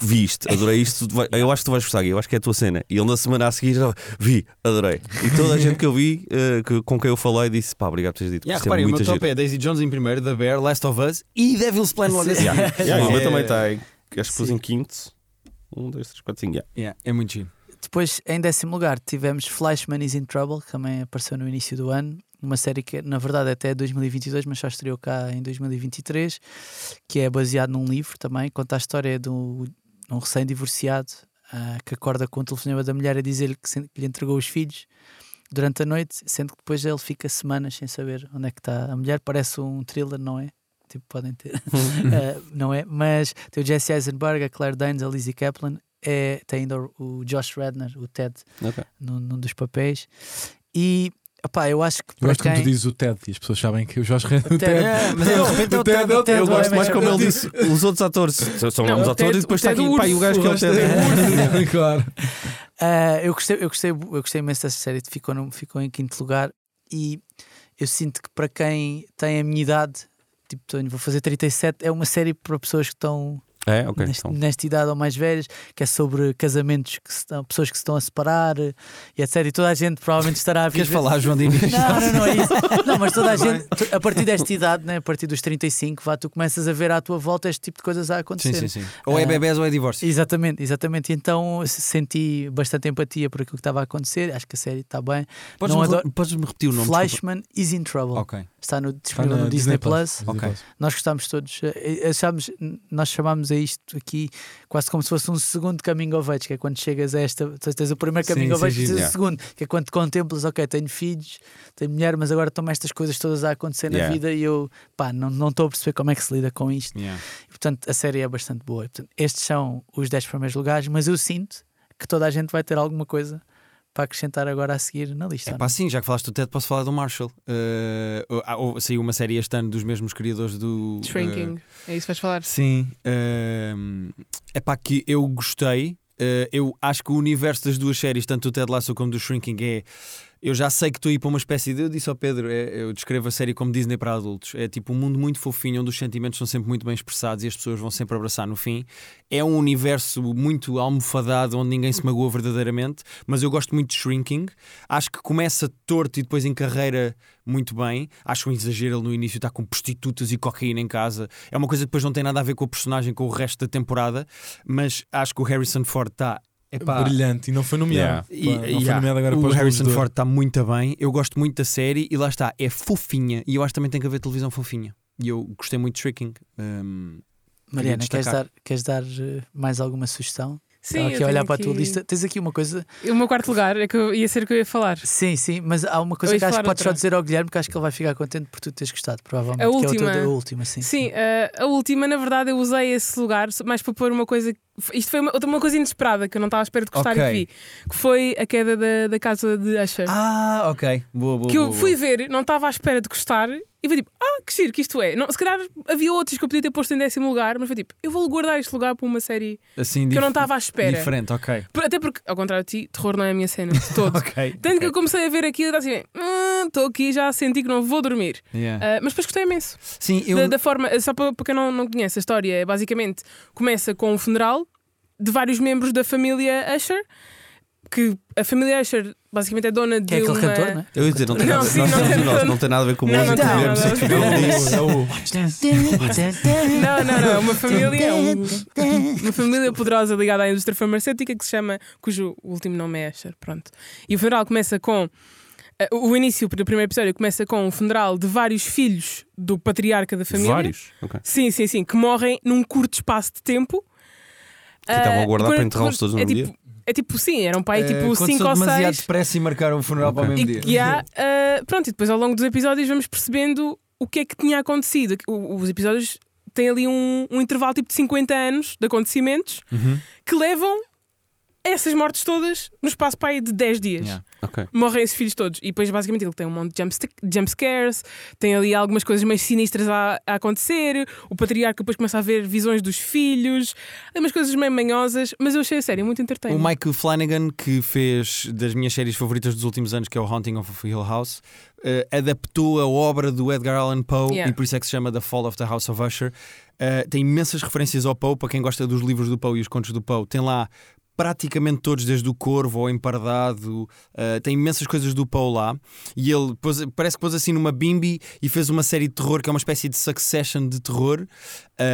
Vi isto, adorei isto. tu vai- Eu acho que tu vais gostar, Gui, eu acho que é a tua cena. E ele na semana a seguir já vi, adorei. E toda a gente que eu vi, eh, que, com quem eu falei, disse: pá, obrigado por teres dito. Yeah, isto reparem, é o meu muito top giro. é Daisy Jones em primeiro, The Bear, Last of Us e Devil's Plan logo a seguir. Yeah, o meu É- também tá. está, em- acho que pus em quinto. Um, dois, três, quatro, cinco. yeah. Yeah, é muito giro. Depois, em décimo lugar, tivemos Flashman is in Trouble, que também apareceu no início do ano. Uma série que, na verdade, é até 2022, mas só estreou cá em 2023, que é baseado num livro também. Conta a história de um, um recém-divorciado ah, que acorda com o telefonema da mulher a dizer-lhe que, sen- que lhe entregou os filhos durante a noite, sendo que depois ele fica semanas sem saber onde é que está a mulher. Parece um thriller, não é? Tipo, podem ter. Ah, não é? Mas tem o Jesse Eisenberg, a Claire Danes, a Lizzie Kaplan é, tem ainda o- o Josh Redner, o Ted, Ok. num, num dos papéis. E, opá, eu acho que Eu para gosto quando tu quem... dizes o TED e as pessoas sabem que o Jorge Renan. Ted. o TED. É, mas é, de repente é o O Ted, Ted, o eu Ted Eu do gosto mais Homem como ele Escalante. disse, os outros atores são- são Não, nomes o atores Ted- e depois o está Ted aqui, pá, e o Urso, gajo que é o gosto Ted. claro. Ah, eu, gostei, eu, gostei, eu gostei imenso dessa série, ficou, no- ficou em quinto lugar. E eu sinto que para quem tem a minha idade, tipo, tenho- vou fazer 37, é uma série para pessoas que estão É, ok. neste- então. nesta idade ou mais velhas, que é sobre casamentos que se estão, pessoas que se estão a separar eh, e etc. E toda a gente provavelmente estará a viver. Queres falar, João Diniz? Não, não, não é isso. Não, mas toda a gente, tu- a partir desta idade, né, a partir dos 35, vá, tu começas a ver à tua volta este tipo de coisas a acontecer. Sim, sim, sim. Ou é Ah. bebés ou é divórcio. Exatamente, exatamente. Então se- senti bastante empatia por aquilo que estava a acontecer. Acho que a série está bem. Podes-me não adoro- podes repetir o nome? desculpa? Flashman is in trouble. Ok. Está no, Está disponível na no Disney, Plus. Ok. Nós gostámos todos. eh, Achámos, nós chamámos a isto aqui quase como se fosse um segundo caminho of age, que é quando chegas a esta. tu Tens o primeiro Sim, caminho of sim, age, sim. tens o Yeah. segundo, que é quando te contemplas, ok, tenho filhos, tenho mulher, mas agora estão estas coisas todas a acontecer na Yeah. vida e eu, pá, não não estou a perceber como é que se lida com isto. Yeah. E, portanto, a série é bastante boa. E, portanto, estes são os 10 primeiros lugares, mas eu sinto que toda a gente vai ter alguma coisa para acrescentar agora a seguir na É lista. não pá, sim, já que falaste do Ted, posso falar do Marshall. Eh, ah, ou- saiu uma série este ano dos mesmos criadores do. eh, Shrinking. É isso que vais falar. Sim. é pá, que eu gostei. Eh, eu acho que o universo das duas séries, tanto do Ted Lasso como do Shrinking, é. Eu já sei que estou aí para uma espécie de. Eu disse ao Pedro, é- eu descrevo a série como Disney para adultos. É tipo um mundo muito fofinho, onde os sentimentos são sempre muito bem expressados e as pessoas vão sempre abraçar no fim. É um universo muito almofadado, onde ninguém se magoa verdadeiramente. Mas eu gosto muito de Shrinking. Acho que começa torto e depois em carreira muito bem. Acho um exagero ele no início está com prostitutas e cocaína em casa. É uma coisa que depois não tem nada a ver com o personagem, com o resto da temporada. Mas acho que o Harrison Ford está. Epá, Brilhante. E não foi nomeado. e, Pá, não foi yeah, nomeado agora o para os Harrison Globos de Ouro. Ford está muito bem. Eu gosto muito da série e lá está, é fofinha. E eu acho que também tem que haver televisão fofinha. E eu gostei muito de Tricking. Hum, Queria Mariana, queres destacar. dar, queres dar eh, mais alguma sugestão? Sim, eu Estava Tá aqui a tenho olhar para a tua aqui- lista. Tens aqui uma coisa. O meu quarto lugar é que eu ia ser o que eu ia falar. Sim, sim, mas há uma Eu coisa ia que acho que falar podes só outra. dizer ao Guilherme que acho que ele vai ficar contente por tu teres gostado, provavelmente. A que é o última. teu, a última, sim. Sim, eh, a última, na verdade, eu usei esse lugar mais para pôr uma coisa. Isto foi uma, outra- uma coisa inesperada que eu não estava à espera de gostar Ok. e que vi, que foi a queda da, da casa de Usher. Ah, ok. Boa, boa. que eu boa, fui boa. ver, não estava à espera de gostar e foi tipo, ah, que giro que isto é. Não, se calhar havia outros que eu podia ter posto em décimo lugar, mas foi tipo, eu vou guardar este lugar para uma série Assim, que eu dif- não estava à espera. Diferente, ok. Por- Até porque, ao contrário de ti, terror não é a minha cena de todo. Ok. Tanto que eu comecei a ver aquilo e estava assim, "Hum, estou aqui, já senti que não vou dormir. Yeah. Ah, mas depois gostei imenso. Sim, eu. Da, da forma, só para, para quem não, não conhece a história, é basicamente começa com um funeral de vários membros da família Usher, que a família Usher basicamente é dona Que de é aquele uma... cantor, não é? Eu ia dizer, não tem Não, nada sim, não tem- nós, não tem nada a ver com Não, não música, tem nada. tivemos Não, não, que ver isso. Não, não, não. é Uma família, um- uma família poderosa ligada à indústria farmacêutica que se chama, cujo último nome é Asher. Pronto. E o funeral começa com eh, o início do primeiro episódio começa com um funeral de vários filhos do patriarca da família. Vários. Ok. Sim, sim, sim, que morrem num curto espaço de tempo. Ah, estavam a guardar quando- para enterrá-los todos no é mesmo tipo, é tipo, sim, eram Eh, para aí tipo Aconteceu 5 ou demasiado 6. depressa e marcaram um o funeral para o mesmo dia. E, há, ah, pronto, e depois ao longo dos episódios vamos percebendo o que é que tinha acontecido. O- os episódios têm ali um, um intervalo tipo de 50 anos de acontecimentos Uhum. que levam a essas mortes todas no espaço para aí de 10 dias. Yeah. Ok. Morrem esses filhos todos. E depois, basicamente, ele tem um monte de jump sta- jump scares, tem ali algumas coisas mais sinistras a, a acontecer. O patriarca depois começa a ver visões dos filhos, umas coisas meio manhosas. Mas eu achei a série muito O entretenida. Mike Flanagan, que fez das minhas séries favoritas dos últimos anos, que é o Haunting of Hill House, eh, adaptou a obra do Edgar Allan Poe Yeah. e por isso é que se chama The Fall of the House of Usher. Eh, tem imensas referências ao Poe, para quem gosta dos livros do Poe e os contos do Poe, tem lá praticamente todos, desde o Corvo ao Empardado, eh, tem imensas coisas do Poe lá. E ele pôs- parece que pôs assim numa bimbi e fez uma série de terror que é uma espécie de succession de terror.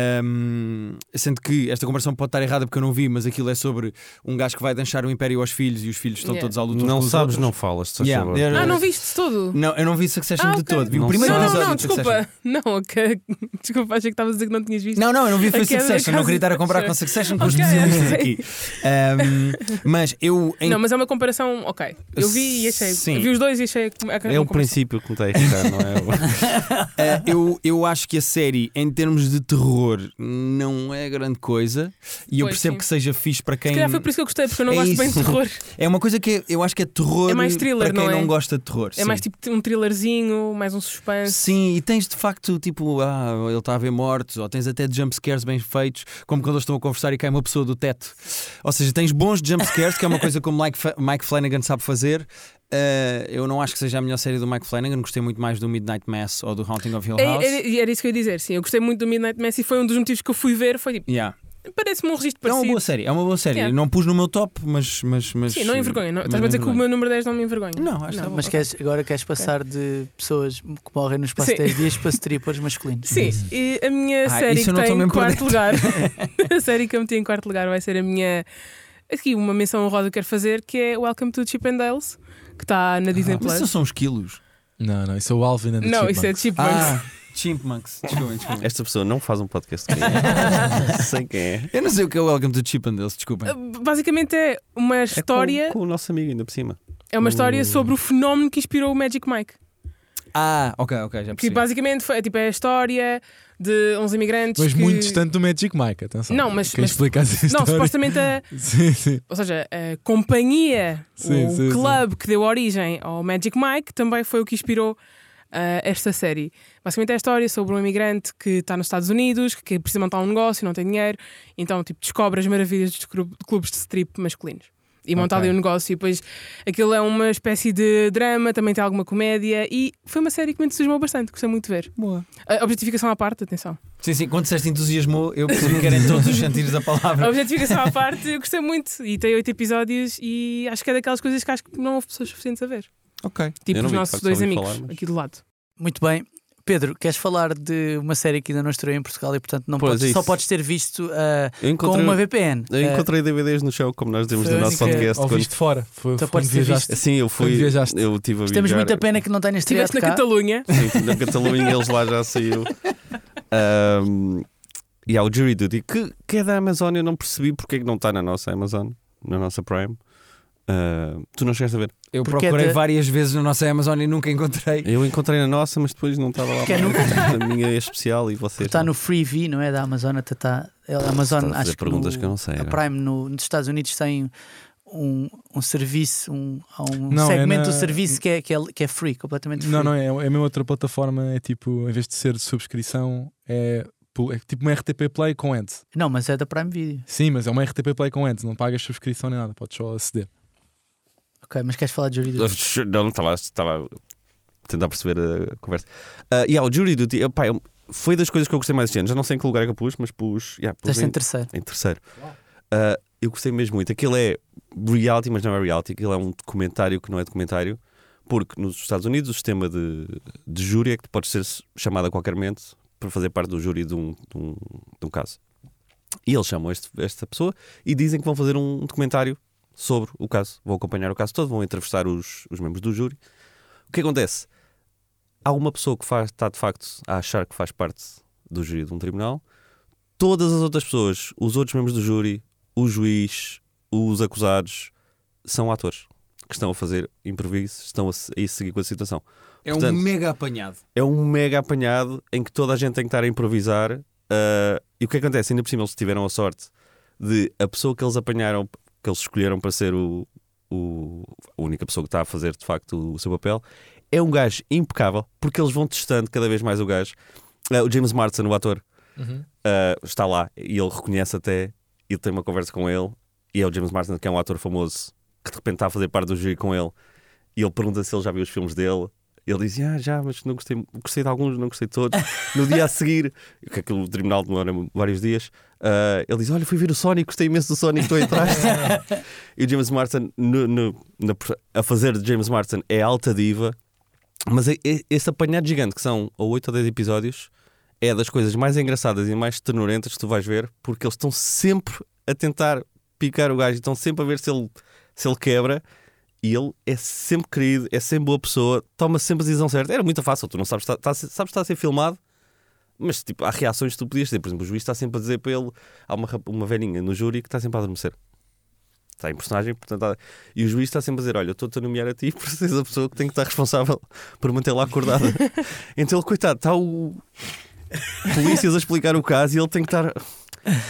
Ahm, sendo que esta comparação pode estar errada porque eu não vi, mas aquilo é sobre um gajo que vai deixar o império aos filhos e os filhos estão Yeah. todos à luta. uns Não com os sabes, outros. não falas. se faz Yeah. favor. Era- Ah, não viste todo? Não, eu não vi Succession Ah, de ok. todo. Vi o é Não primeiro não, não, episódio não, de Succession. desculpa. Não, ok. Desculpa, achei que estavas a dizer que não tinhas visto. Não, não, eu não vi foi Aquela Succession, não casa- queria estar a comparar com Succession com os Ok, especialistas ok. aqui. Ahm, mas eu em- Não, mas é uma comparação, ok. Eu vi e achei. Sim. Vi os dois e achei. que- É um uma comparação. princípio que me está a irritar, não é? Ah, eu, eu acho que a série, em termos de terror, não é grande coisa. E eu Pois, percebo sim. que seja fixe para quem. Se calhar foi por isso que eu gostei, porque eu não É gosto bem de isso. terror. É uma coisa que eu acho que é terror É mais thriller, para quem não é? não, gosta de terror. É sim. mais tipo um thrillerzinho, mais um suspense. Sim, e tens de facto tipo, ah, ele está a ver mortos, ou tens até jumpscares bem feitos, como quando eles estão a conversar e cai uma pessoa do teto. Ou seja, tens bons jumpscares, que é uma coisa que o Mike, Fa- Mike Flanagan sabe fazer. Ah, eu não acho que seja a melhor série do Mike Flanagan, gostei muito mais do Midnight Mass ou do Haunting of Hill É- House. Era, era isso que eu ia dizer, sim. Eu gostei muito do Midnight Mass e foi um dos motivos que eu fui ver. Foi tipo, Yeah. parece-me um registro É uma parecido. boa série, é uma boa série. Yeah. Não pus no meu top, mas. mas, mas Sim, não envergonha. não- mas Estás a dizer que o meu envergonha. número 10 não é me envergonha. Não, acho que tá bom. Mas queres- agora queres passar de pessoas que morrem no espaço de Sim. 10 dias para strippers masculinos. Sim, e a minha Ah, série isso que eu não está estou em mesmo por quarto dentro. lugar. a série que eu meti em quarto lugar vai ser a minha. Aqui, uma menção honrosa que quero fazer, que é Welcome to Chip and Dale's, que está na Disney Ah, Mas Plus. isso são os quilos. Não, não, isso é o Alvin and the Não, isso é Chipmunks. Chipmunks. Ah, É Chipmunks. Desculpem, desculpem. Esta pessoa não faz um podcast comigo. Não sei quem é. Eu não sei o que é o Welcome to Chip and Dale's, desculpem. Basicamente é uma É com- história, é, com, o nosso amigo ainda por cima. uma história sobre o fenómeno que inspirou o Magic Mike. Ah, ok, ok, já Que percebi. basicamente foi, é, tipo, é a história de uns imigrantes Mas que... muito distante do Magic Mike, atenção. Não, mas- Quem mas- explica essa Não, história? supostamente a, Sim, sim. ou seja, a companhia, Sim, o sim, clube que deu origem ao Magic Mike também foi o que inspirou ah, esta série. Basicamente é a história sobre um imigrante que está nos Estados Unidos, que que precisa montar um negócio e não tem dinheiro, então tipo, descobre as maravilhas dos cru- clubes de strip masculinos. E monta ali um negócio, e depois aquilo é uma espécie de drama, também tem alguma comédia, e foi uma série que me entusiasmou bastante, gostei muito de ver. Boa. A objetificação à parte, atenção. Sim, sim, quando disseste entusiasmou, eu percebi que era em todos os sentidos da A palavra. objetificação à parte, eu gostei muito, e tem oito episódios, e acho que é daquelas coisas que acho que não houve pessoas suficientes a ver. ok. Tipo Eu não os vi, nossos de facto, dois só ouvi amigos falar, mas- aqui do lado. Muito bem. Pedro, queres falar de uma série que ainda não estreou em Portugal e, portanto, não Pois, podes- é só isso. podes ter visto ah, Eu com encontrei, uma VPN. eu Ah, encontrei DVDs no show, como nós dizemos Foi no nosso incrível. podcast. Quando... Ouviste fora. Foi, Então então pode quando ser viajaste. Sim, eu Quando fui. viajaste. Eu tive a viajar. temos é muita pena que não tenhas estreado Estiveste na cá. Catalunha. Sim, na Catalunha eles lá já saiu. Ahm, e há o Jury Duty, que, que é da Amazon, eu não percebi porque é que não está na nossa Amazon, na nossa Prime. Ah, tu não chegaste a ver? Eu Porque é procurei de- várias vezes na nossa Amazon e nunca encontrei. Eu encontrei na nossa, mas depois não estava lá. Que é no- Na minha especial e vocês. Está não. no Freevee, não é? Da Amazon. Até está, É a Amazon Estás a fazer acho perguntas no- que eu não é? sei. A agora. Prime no- nos Estados Unidos tem um, um serviço, um, há um Não, é segmento do na- serviço que é, que, é, que é free, completamente free. Não, não, é, é mesmo outra plataforma. É tipo, em vez de ser de subscrição, é, pu- é tipo uma RTP Play com ads. Não, mas é da Prime Video. Sim, mas é uma RTP Play com ads. Não pagas subscrição nem nada. Podes só aceder. Ok, mas queres falar de jurídico? Não, tá não estava, estava a tentar perceber a conversa. Ah, e há o Jury Duty, eh, pá, eu- foi das coisas que eu gostei mais este ano. Já não sei em que lugar é que eu pus, mas pus, yeah, pus Estás em, em terceiro. em terceiro. Ah, eu gostei mesmo muito. Aquilo é reality, mas não é reality. Aquilo é um documentário que não é documentário. Porque nos Estados Unidos o sistema de, de júri é que tu podes ser chamado a qualquer momento para fazer parte do júri de um, de um, de um caso. E eles chamam este- esta pessoa e dizem que vão fazer um documentário sobre o caso. Vão acompanhar o caso todo, vão entrevistar os, os membros do júri. O que acontece? Há uma pessoa que faz, está de facto a achar que faz parte do júri de um tribunal, todas as outras pessoas, os outros membros do júri, o juiz, os acusados, são atores que estão a fazer improviso, estão a, se- a ir seguir com a situação. É Portanto- um mega apanhado. É um mega apanhado em que toda a gente tem que estar a improvisar. ah, e o que acontece? Ainda por cima, eles tiveram a sorte de a pessoa que eles apanharam, que eles escolheram para ser o, o- a única pessoa que está a fazer de facto o seu papel, é um gajo impecável, porque eles vão testando cada vez mais o gajo. Ah, o James Marsden, o ator, ah, está lá e ele reconhece até, e tem uma conversa com ele, e é o James Marsden, que é um ator famoso, que de repente está a fazer parte do júri com ele, e ele pergunta se ele já viu os filmes dele. Ele diz: Ah, já, mas não gostei, gostei de alguns, não gostei de todos. No dia a seguir, que aquilo tribunal demora vários dias, ah, ele diz: Olha, fui ver o Sonic, gostei imenso do Sonic, estou aí atrás. e o James Marsden, no- no- na- a fazer de James Marsden, é alta diva, mas é- é- esse apanhado gigante, que são ou 8 ou 10 episódios, é das coisas mais engraçadas e mais tenorentas que tu vais ver, porque eles estão sempre a tentar picar o gajo, estão sempre a ver se ele, se ele quebra. E ele é sempre querido, é sempre boa pessoa, toma sempre a decisão certa. Era muito fácil, tu não sabes, tá, tá, sabes que está a ser filmado, mas tipo, há reações que tu podias ter. Por exemplo, o juiz está sempre a dizer para ele: há uma, rap- uma velhinha no júri que está sempre a adormecer. Está em personagem, portanto, há- e o juiz está sempre a dizer: Olha, eu estou-te a nomear a ti, por seres a pessoa que tem que estar responsável por mantê-la acordada. então ele, coitado, está o. Polícias a explicar o caso e ele tem que estar.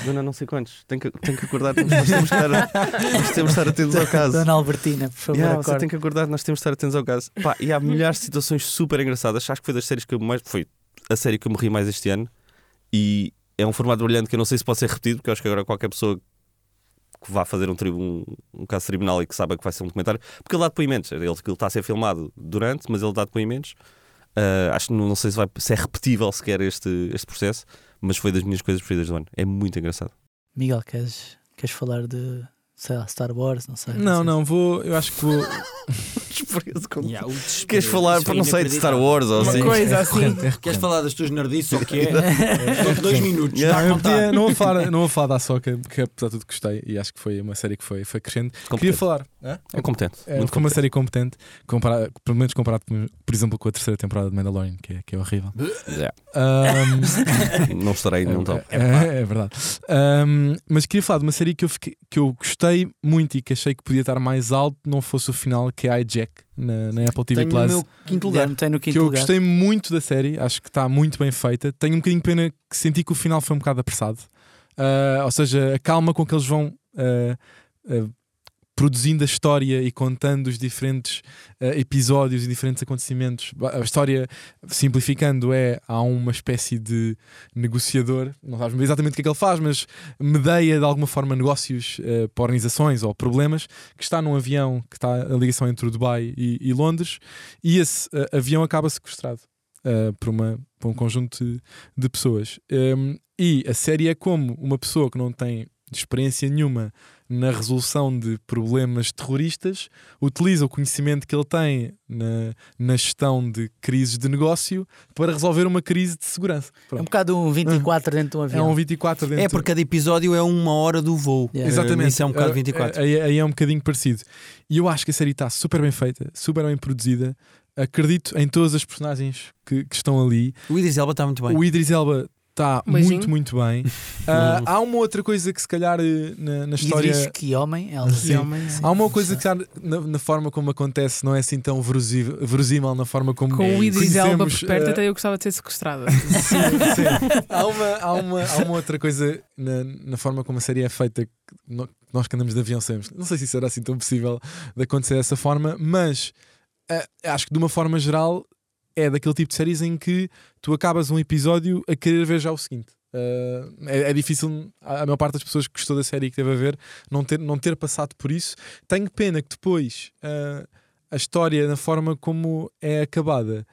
Dona, não sei quantos, tem que, tem que acordar, temos, nós temos que estar, nós temos que estar atentos ao caso. Dona Albertina, por favor, Yeah, você acorde. tem que acordar, nós temos de estar atentos ao caso. Pá, e há milhares de situações super engraçadas. Acho que foi das séries que eu mais. Foi a série que eu me ri mais este ano. E é um formato brilhante que eu não sei se pode ser repetido, porque eu acho que agora qualquer pessoa que vá fazer um, tribu- um, um caso de tribunal e que saiba que vai ser um documentário. Porque ele dá depoimentos. É Ele, ele está a ser filmado durante, mas ele dá depoimentos. Ah, acho que não, não sei se, vai- se é repetível sequer este, este processo, mas foi das minhas coisas preferidas do ano. É muito engraçado. Miguel, queres, queres falar de, sei lá, Star Wars? Não sei. assim. Não, sei. não, vou. Eu acho que vou. Desprezo com- Yeah, o desespero. Queres falar, Isso é não sei, de Star inacreditável. Wars ou Uma assim? coisa assim. Queres falar das tuas nerdices ou o que é? Dou-te dois minutos, está Yeah. a Eu podia- contar. não, vou falar, não vou falar da Soca, porque apesar de tudo gostei e acho que foi uma série que foi, foi crescendo. Queria Competente. falar. Hã? É competente. É, muito foi uma competente. série competente, compara- pelo menos comparado, com, por exemplo, com a terceira temporada de Mandalorian, que é, que é horrível. Yeah. Ahm, Não estarei num top. é, é, é verdade. Ahm, mas queria falar de uma série que eu, fiquei- que eu gostei muito e que achei que podia estar mais alto, não fosse o final, que é Hijack, na, na Apple TV Tenho Plus. no meu quinto lugar. Guilherme tem no quinto que eu lugar. gostei muito da série, acho que está muito bem feita. Tenho um bocadinho de pena que senti que o final foi um bocado apressado. Ah, ou seja, a calma com que eles vão ah, ah, produzindo a história e contando os diferentes ah, episódios e diferentes acontecimentos. A história, simplificando, é há uma espécie de negociador, não sabes exatamente o que é que ele faz, mas medeia de alguma forma negócios ah, para organizações ou problemas, que está num avião que está a ligação entre o Dubai e- e Londres. E esse eh, avião acaba sequestrado eh, por, uma, por um conjunto de, de pessoas. Em, e a série é como uma pessoa que não tem experiência nenhuma na resolução de problemas terroristas utiliza o conhecimento que ele tem na, na gestão de crises de negócio para resolver uma crise de segurança. É um Pronto. bocado um 24 dentro de um É avião. um 24 dentro É, porque cada episódio é uma hora do voo. Yeah. Exatamente. Isso é um bocado Eh, 24. Aí, aí é um bocadinho parecido. E eu acho que a série está super bem feita, super bem produzida. Acredito em todas as personagens que, que estão ali. O Idris Elba está muito bem. O Idris Elba está Um beijinho. muito, muito bem. Ah, há uma outra coisa que, se calhar, eh, na, na história. Idris, que homem, É assim. ela Sim. que homem. Há uma coisa que, se calhar, na, na forma como acontece, não é assim tão verosível, verosímil na forma como. Com o Idris conhecemos, Elba por perto, eh, até eu gostava de ser sequestrada. Sim, sim. Há, uma, há, uma, há uma outra coisa na, na forma como a série é feita que no- nós que andamos de avião sabemos. Não sei se isso era assim tão possível de acontecer dessa forma, mas ah, acho que de uma forma geral é daquele tipo de séries em que tu acabas um episódio a querer ver já o seguinte. Ah, é, é difícil, a a maior parte das pessoas que gostou da série e que teve a ver, não ter, não ter passado por isso. Tenho pena que depois ah, a história, na forma como é acabada,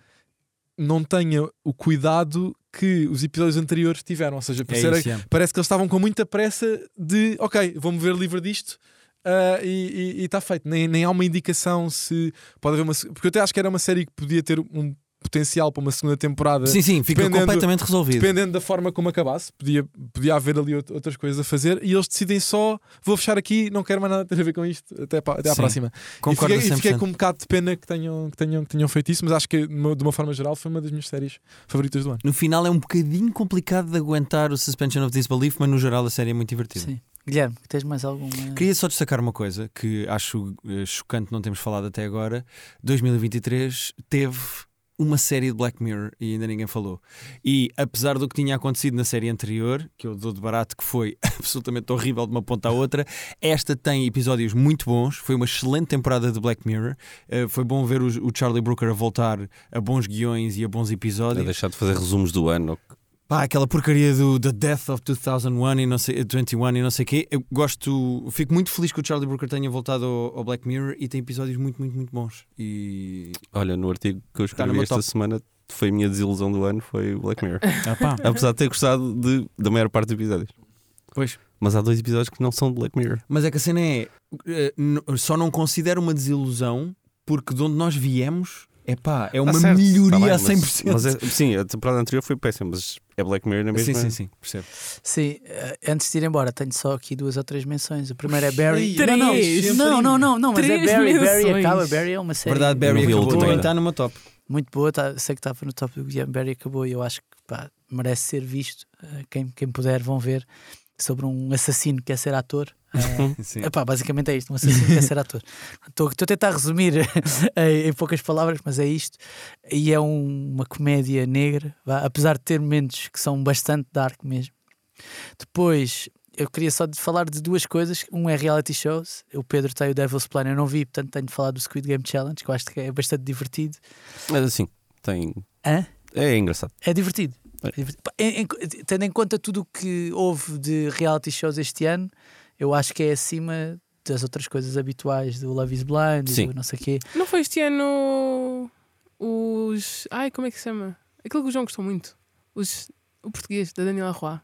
não tenha o cuidado que os episódios anteriores tiveram. Ou seja, É parece- isso, é. parece que eles estavam com muita pressa de ok, vou-me ver livre disto. ah, e está feito, nem, nem há uma indicação se pode haver uma. se- Porque eu até acho que era uma série que podia ter um, potencial para uma segunda temporada. Sim, sim, fica dependendo- completamente resolvido. Dependendo da forma como acabasse, podia, podia haver ali out- outras coisas a fazer e eles decidem só: vou fechar aqui, não quero mais nada ter a ver com isto, até, pa- até à Sim. próxima. Concordo e fiquei, e fiquei 100%. com um bocado de pena que tenham, que tenham, que tenham feito isso, mas acho que de uma- de uma forma geral foi uma das minhas séries favoritas do ano. No final é um bocadinho complicado de aguentar o Suspension of Disbelief, mas no geral a série é muito divertida. Sim. Guilherme, tens mais alguma. Queria só destacar uma coisa que acho eh, chocante não termos falado até agora. 2023 teve uma série de Black Mirror e ainda ninguém falou. E apesar do que tinha acontecido na série anterior, que eu dou de barato que foi absolutamente horrível de uma ponta à outra, esta tem episódios muito bons. Foi uma excelente temporada de Black Mirror. Eh, foi bom ver o, o Charlie Brooker a voltar a bons guiões e a bons A episódios. deixar de fazer resumos do ano. Pá, aquela porcaria do The Death of 2001 e não sei, 21 e não sei o quê. Eu gosto, fico muito feliz que o Charlie Brooker tenha voltado ao, ao Black Mirror e tem episódios muito, muito, muito bons. E. Olha, no artigo que eu Tá no escrevi meu esta top. semana foi a minha desilusão do ano, foi o Black Mirror. Ah, Apesar de ter gostado de, da maior parte dos episódios. Pois. Mas há dois episódios que não são de Black Mirror. Mas é que a cena é. eh, n- Só não considero uma desilusão porque de onde nós viemos, é pá, é uma Tá certo, tá melhoria bem, a mas- 100%. Mas, é- sim, a temporada anterior foi péssima, mas é Black Mirror na sim, mesma. sim, sim, percebo. Sim, eh, antes de ir embora, tenho só aqui duas ou três menções. A primeira é Barry. Três! Não, não, não, não, não, não, mas é Três Barry. Barry menções. acaba. Barry é uma série Verdade, Barry Eu não vi a acabou. última Também um ainda. está numa top. muito boa. tá- sei que estava no top do Guilherme Barry acabou e eu acho que pá, merece ser visto. Eh, quem, quem puder, vão ver. Sobre um assassino que quer ser ator. Eh, Sim. Epá, basicamente é isto, um assassino quer ser ator. Estou estou a tentar resumir em, em poucas palavras, mas é isto. E é um- uma comédia negra, vá, apesar de ter momentos que são bastante dark mesmo. Depois, eu queria só de falar de duas coisas. Um é reality shows. O Pedro tem o Devil's Plan, eu não vi, portanto tenho de falar do Squid Game Challenge, que eu acho que é bastante divertido. Mas assim, tem. Hã? É engraçado. É divertido. É. É divertido. Pá, em- em- tendo em conta tudo o que houve de reality shows este ano, eu acho que é acima das outras coisas habituais do Love is Blind e Sim. do não sei o quê. Não foi este ano os. Ai, como é que se chama? Aquilo que o João gostou muito. Os... O português, da Daniela Roy.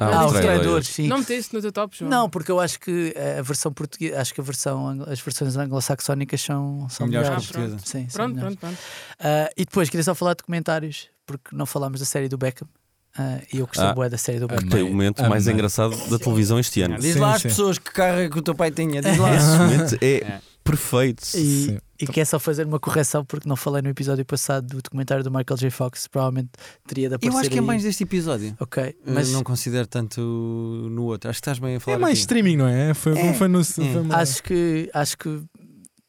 Ah, os os traidores. traidores, sim. Não Não, meteste no teu top, João? porque eu acho que a versão portuguesa, acho que a versão, anglo- as versões anglo-saxónicas são, são Melhores melhores. que a Ah, pronto. portuguesa. Sim, são Pronto, melhores. pronto, pronto. Ah, e depois queria só falar de comentários, porque não falámos da série do Beckham. Ah, e eu gostei Ah. bué da série do Beckham. Que tem o momento mais Amei. engraçado da televisão este ano. Diz Sim, lá as sim. pessoas que carro que o teu pai tinha, diz lá. Esse momento é É. perfeito. E, Sim. e quer só fazer uma correção porque não falei no episódio passado do documentário do Michael J. Fox, provavelmente teria de aparecer. Eu acho que é aí. mais deste episódio. Ok, Mas mas Eh, não considero tanto no outro. Acho que estás bem a falar. É mais aqui. streaming, não é? Foi, Não foi no. Foi uma- acho que acho que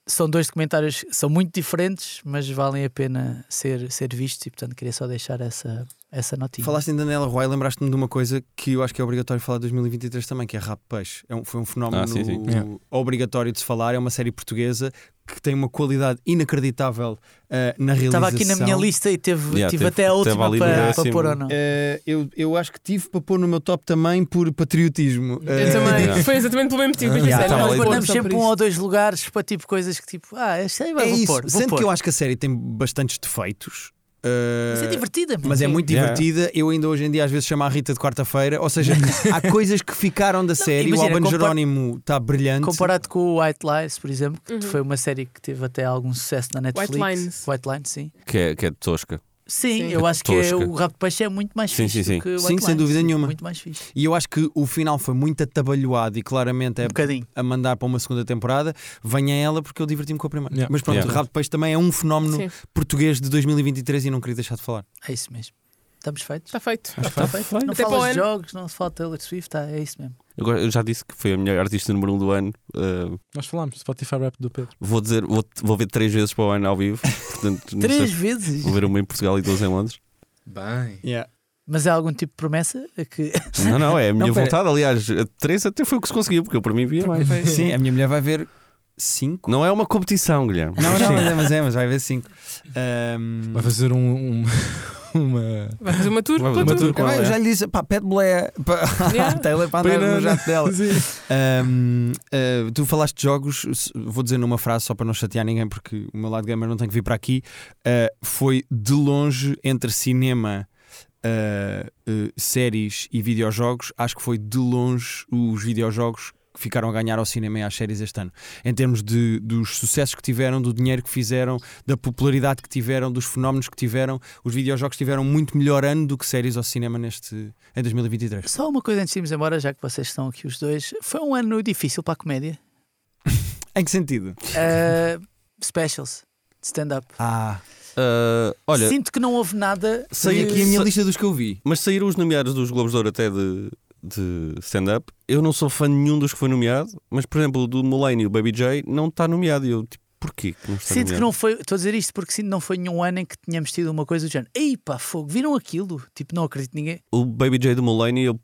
são dois documentários que são muito diferentes, mas valem a pena ser, ser vistos e portanto queria só deixar essa, essa notinha. Falaste em Daniela Roy, lembraste-me de uma coisa que eu acho que é obrigatório falar de 2023 também, que é Rap Peixe. É um- foi um fenómeno Ah, sim, sim. Yeah. obrigatório de se falar. É uma série portuguesa que tem uma qualidade inacreditável ah, na realização. Estava aqui na minha lista e teve, Yeah, tive teve- até a teve última ali no para, para décimo. pôr ou não. Ah, eu, eu acho que tive para pôr no meu top também por patriotismo. Eu Eh, Ah, também. Então, Foi exatamente pelo mesmo motivo. que eu Yeah, pensei, tá não, Nós ali. vou pôr guardamos só por sempre um isto. ou dois lugares para tipo coisas que tipo, ah, esta aí vai É vou isso. pôr. Vou Sendo pôr. que eu acho que a série tem bastantes defeitos. ah, Mas é divertida, mesmo. Mas é muito Yeah. divertida. Eu ainda hoje em dia às vezes chamo a Rita de quarta-feira. Ou seja, há coisas que ficaram da série. imagina, o Alban compar- Jerónimo está brilhante. Comparado com o White Lies, por exemplo, que Uhum. foi uma série que teve até algum sucesso na Netflix. White Lines. White Lines, sim. Que é, que é tosca. Sim, Sim. eu acho que é- Tosca. o Rabo de Peixe é muito mais Sim, sim, fixe do sim. que o White Sim, Lines. sem dúvida nenhuma. Muito mais fixe. E eu acho que o final foi muito atabalhoado e claramente é Um bocadinho. a mandar para uma segunda temporada. Venha ela porque eu diverti-me com a primeira. Yeah. Mas pronto, Yeah. o Rabo de Peixe também é um fenómeno Sim, português de 2023 e não queria deixar de falar. É isso mesmo. Estamos feitos. está tá feito. Está tá feito. Não Até para o falas de ano. jogos, não se fala de Taylor Swift, tá, é isso mesmo. Agora, eu já disse que foi a melhor artista número um do ano. Uh, Nós falámos do Spotify Rap do Pedro. vou dizer, vou, vou ver três vezes para o ano ao vivo. Portanto, não Três sei. vezes. Vou ver uma em Portugal e duas em Londres. Bem. Mas há algum tipo de promessa A que Não, não, é a minha Não, pera. vontade. Aliás, a três até foi o que se conseguiu, porque eu para mim via mais. Sim, a minha mulher vai ver 5. Não é uma competição, Guilherme. Não, não, mas é, mas é, mas vai ver 5. Vai fazer um, um- uma. Vai fazer uma tour? Vai fazer pela uma tour. tour com ela. eu já lhe disse, pá, pede boleia para Yeah. a Taylor para andar Pena, no jato dela. Sim. Ahm, ah, tu falaste de jogos, s- vou dizer numa frase só para não chatear ninguém, porque o meu lado gamer não tem que vir para aqui. Ah, foi de longe entre cinema, ah, ah, séries e videojogos. Acho que foi de longe os videojogos que ficaram a ganhar ao cinema e às séries este ano. Em termos de, dos sucessos que tiveram, do dinheiro que fizeram, da popularidade que tiveram, dos fenómenos que tiveram, os videojogos tiveram muito melhor ano do que séries ao cinema neste, em 2023. Só uma coisa antes de irmos embora, já que vocês estão aqui os dois. Foi um ano difícil para a comédia. Em que sentido? Uh, specials, de stand-up. Ah, Ah, olha, Sinto que não houve nada. Sei tenho aqui a minha Sa- lista dos que eu vi. mas saíram os nomeados dos Globos de Ouro até de, de stand-up. Eu não sou fã de nenhum dos que foi nomeado, mas por exemplo, o do Mulaney, o Baby J, não está nomeado. E eu, tipo, porquê que não está Sinto que nomeado? não foi. Estou a dizer isto porque sinto que não foi nenhum ano em que tínhamos tido uma coisa do género. Ei pá, fogo, viram aquilo? Tipo, não acredito ninguém. O Baby J do Mulaney eu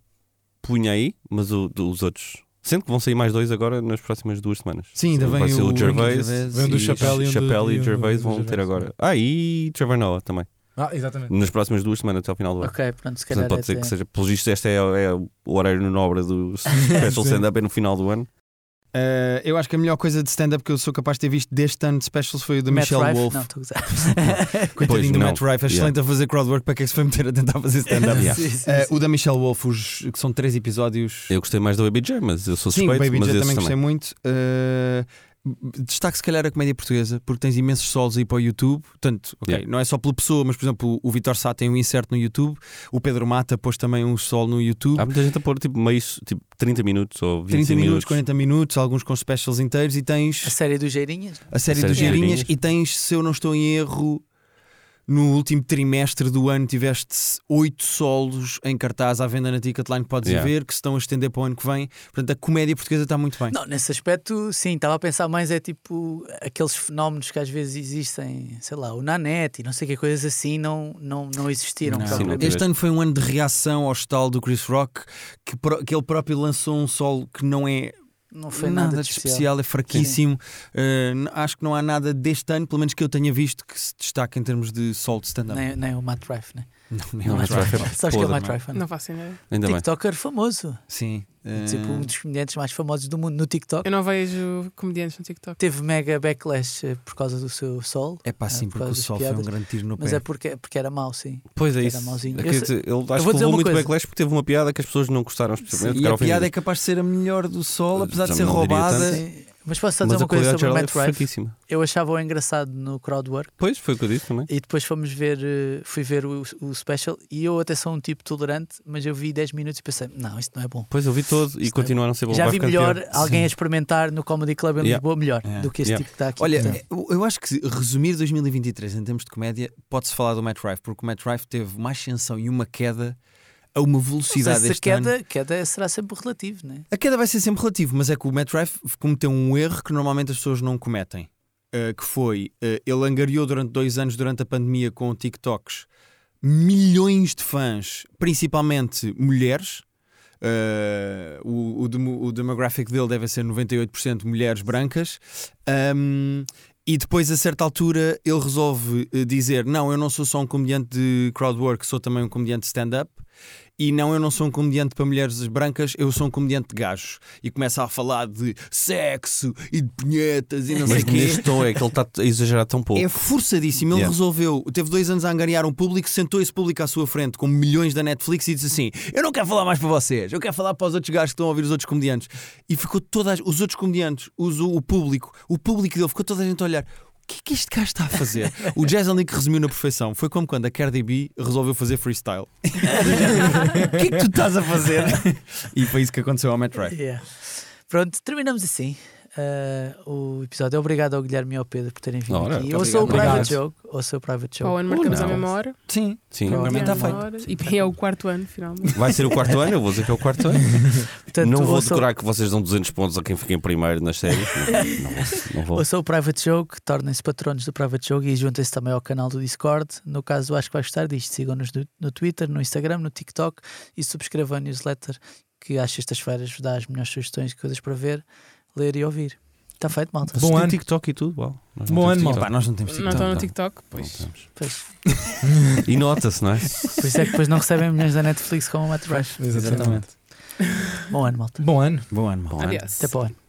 punha aí, mas o, os outros. Sendo que vão sair mais dois agora nas próximas duas semanas. Sim, ainda Vai vem ser o, o Gervais Vem do e Chappelle e um do- Chappelle e e um do- Gervais do vão Gervais. ter agora. Ah, e Trevor Noah também. Ah, exatamente. Nas próximas duas semanas até ao final do ano. Ok, pronto, se calhar. Portanto, pode ser até- que seja. Pelo visto, este é, é o horário nobre do Special Sim. Stand-Up é no final do ano. Uh, eu acho que a melhor coisa de stand-up que eu sou capaz de ter visto deste ano de specials foi o da Matt Michelle Rife? Wolf. Não, estou a gozar. Coitadinho Pois do não. Matt Rife, é Yeah. excelente a fazer crowdwork para que é que se foi meter a tentar fazer stand-up. Yeah. Sim, sim, Uh, sim. o da Michelle Wolf, os, que são três episódios. Eu gostei mais do Baby J, mas eu sou Sim, o suspeito. Baby mas J esse também gostei muito. Uh, destaque se calhar a comédia portuguesa, porque tens imensos solos aí para o YouTube. Portanto, ok, Yeah. não é só pela pessoa, mas por exemplo, o Vitor Sá tem um insert no YouTube, o Pedro Mata pôs também um solo no YouTube. Há muita gente a pôr tipo, meio, tipo 30 minutos ou 20 30 minutos, 40 minutos, alguns com specials inteiros e tens A série dos Geirinhas? a série, dos série dos Geirinhas Geirinhas. e tens, se eu não estou em erro, no último trimestre do ano tiveste oito solos em cartaz à venda na Ticketline que podes ir Yeah. ver, que se estão a estender para o ano que vem. Portanto, a comédia portuguesa está muito bem. Não, nesse aspecto, sim, estava a pensar mais é tipo aqueles fenómenos que às vezes existem, sei lá, o Nanete e não sei que coisas assim não, não, não existiram. Não. Sim, não propriamente. Este ano foi um ano de reação ao estalo do Chris Rock, que, pro- que ele próprio lançou um solo que não é Não foi nada, de especial. é fraquíssimo. Eh, n- acho que não há nada deste ano, pelo menos que eu tenha visto, que se destaque em termos de solo de stand-up. Nem, nem o Matt Rife, né? Não, nem Não, mais. Matt Rife. Sabes que é podre, o Matt não é? Rife? Não faço ideia. Ainda bem. TikToker famoso. Sim. eh, Tipo, um dos comediantes mais famosos do mundo no TikTok. Eu não vejo comediantes no TikTok. Teve mega backlash eh, por causa do seu sol. É pá, sim, por porque causa o das sol foi ah, piadas. um grande tiro no Mas pé. é porque, porque era mau, sim. Pois é Era isso. mauzinho. Quer Eu sei- dizer, ele vou acho que dizer levou uma muito coisa. backlash porque teve uma piada que as pessoas não gostaram especialmente. E a ficaram piada é ofendidas. capaz de ser a melhor do sol, apesar Já de ser não diria roubada. tanto. Sim. Mas posso só dizer Mas a uma coisa qualidade sobre o geral é Matt Rife? fraquíssima. Eu achava-o engraçado no crowdwork. Pois, foi o que eu disse também. E depois fomos ver, eh, fui ver o, o special e eu até sou um tipo tolerante, mas eu vi 10 minutos e pensei, não, isto não é bom. Pois eu vi todo e Isto continuaram a ser bom. Já Vai vi ficando melhor pior. alguém a experimentar no Comedy Club em Yeah. Lisboa melhor Yeah. do que este Yeah. tipo que está aqui. Olha, eh, Portanto, eu- eu acho que resumir 2023 em termos de comédia, pode-se falar do Matt Rife, porque o Matt Rife teve uma ascensão e uma queda a uma mas velocidade essa este ano. queda, queda será sempre relativo, né? A queda vai ser sempre relativa, mas é que o Matt Rife cometeu um erro que normalmente as pessoas não cometem. eh, que foi, eh, ele angariou durante dois anos, durante a pandemia, com TikToks, milhões de fãs, principalmente mulheres. Eh, o, o demo- o demographic dele deve ser 98% mulheres brancas. Ahm, e depois, a certa altura, ele resolve eh, dizer: Não, eu não sou só um comediante de crowdwork, sou também um comediante de stand-up. E não, eu não sou um comediante para mulheres brancas, eu sou um comediante de gajos. E começa a falar de sexo e de punhetas e não sei Mas o quê. neste tom é que ele está a exagerar tão pouco. É forçadíssimo. Ele Yeah. resolveu, teve dois anos a angariar um público, sentou esse público à sua frente com milhões da Netflix e disse assim: Eu não quero falar mais para vocês, eu quero falar para os outros gajos que estão a ouvir os outros comediantes. E ficou todas os outros comediantes, os- o público, o público dele, ficou toda a gente a olhar. O que é que este gajo está a fazer? o Jason Lee que resumiu na perfeição. Foi como quando a Cardi B resolveu fazer freestyle. o que é que tu estás a fazer? e foi isso que aconteceu ao Matt Rife. Yeah. Pronto, terminamos assim. ah, o episódio. Obrigado ao Guilherme e ao Pedro por terem vindo Ora, aqui. muito Ou sou o obrigado. Private Joke, ou sou o Private Para o Joke. ano marcamos não. a mesma hora. Sim, Sim. Pronto. Também Marcamos está a mesma hora. E é o quarto ano, finalmente. Vai ser o quarto ano, eu vou dizer que é o quarto ano. Portanto, não vou ouçam- decorar que vocês dão 200 pontos a quem fica em primeiro nas séries. Não, não vou- não vou. Ou sou o Private Joke, tornem-se patronos do Private Joke e juntem-se também ao canal do Discord. No caso, acho que vai gostar disto. Sigam-nos no, no Twitter, no Instagram, no TikTok e subscrevam a newsletter que às sextas-feiras vos dá as melhores sugestões de coisas para ver, ler e ouvir. Está feito, malta. Bom Tem ano. TikTok e tudo. uau. Nós não Bom temos ano, TikTok. Pá, nós não temos Não TikTok. estão no tá. Tiktok? Não Pois. temos. Pois, E nota-se, não é? por isso é que depois não recebem milhões da Netflix como o Matt Rush. Exatamente. Bom ano, malta. Bom ano. Bom ano, mal. Bom ano. Aliás. Até para o ano.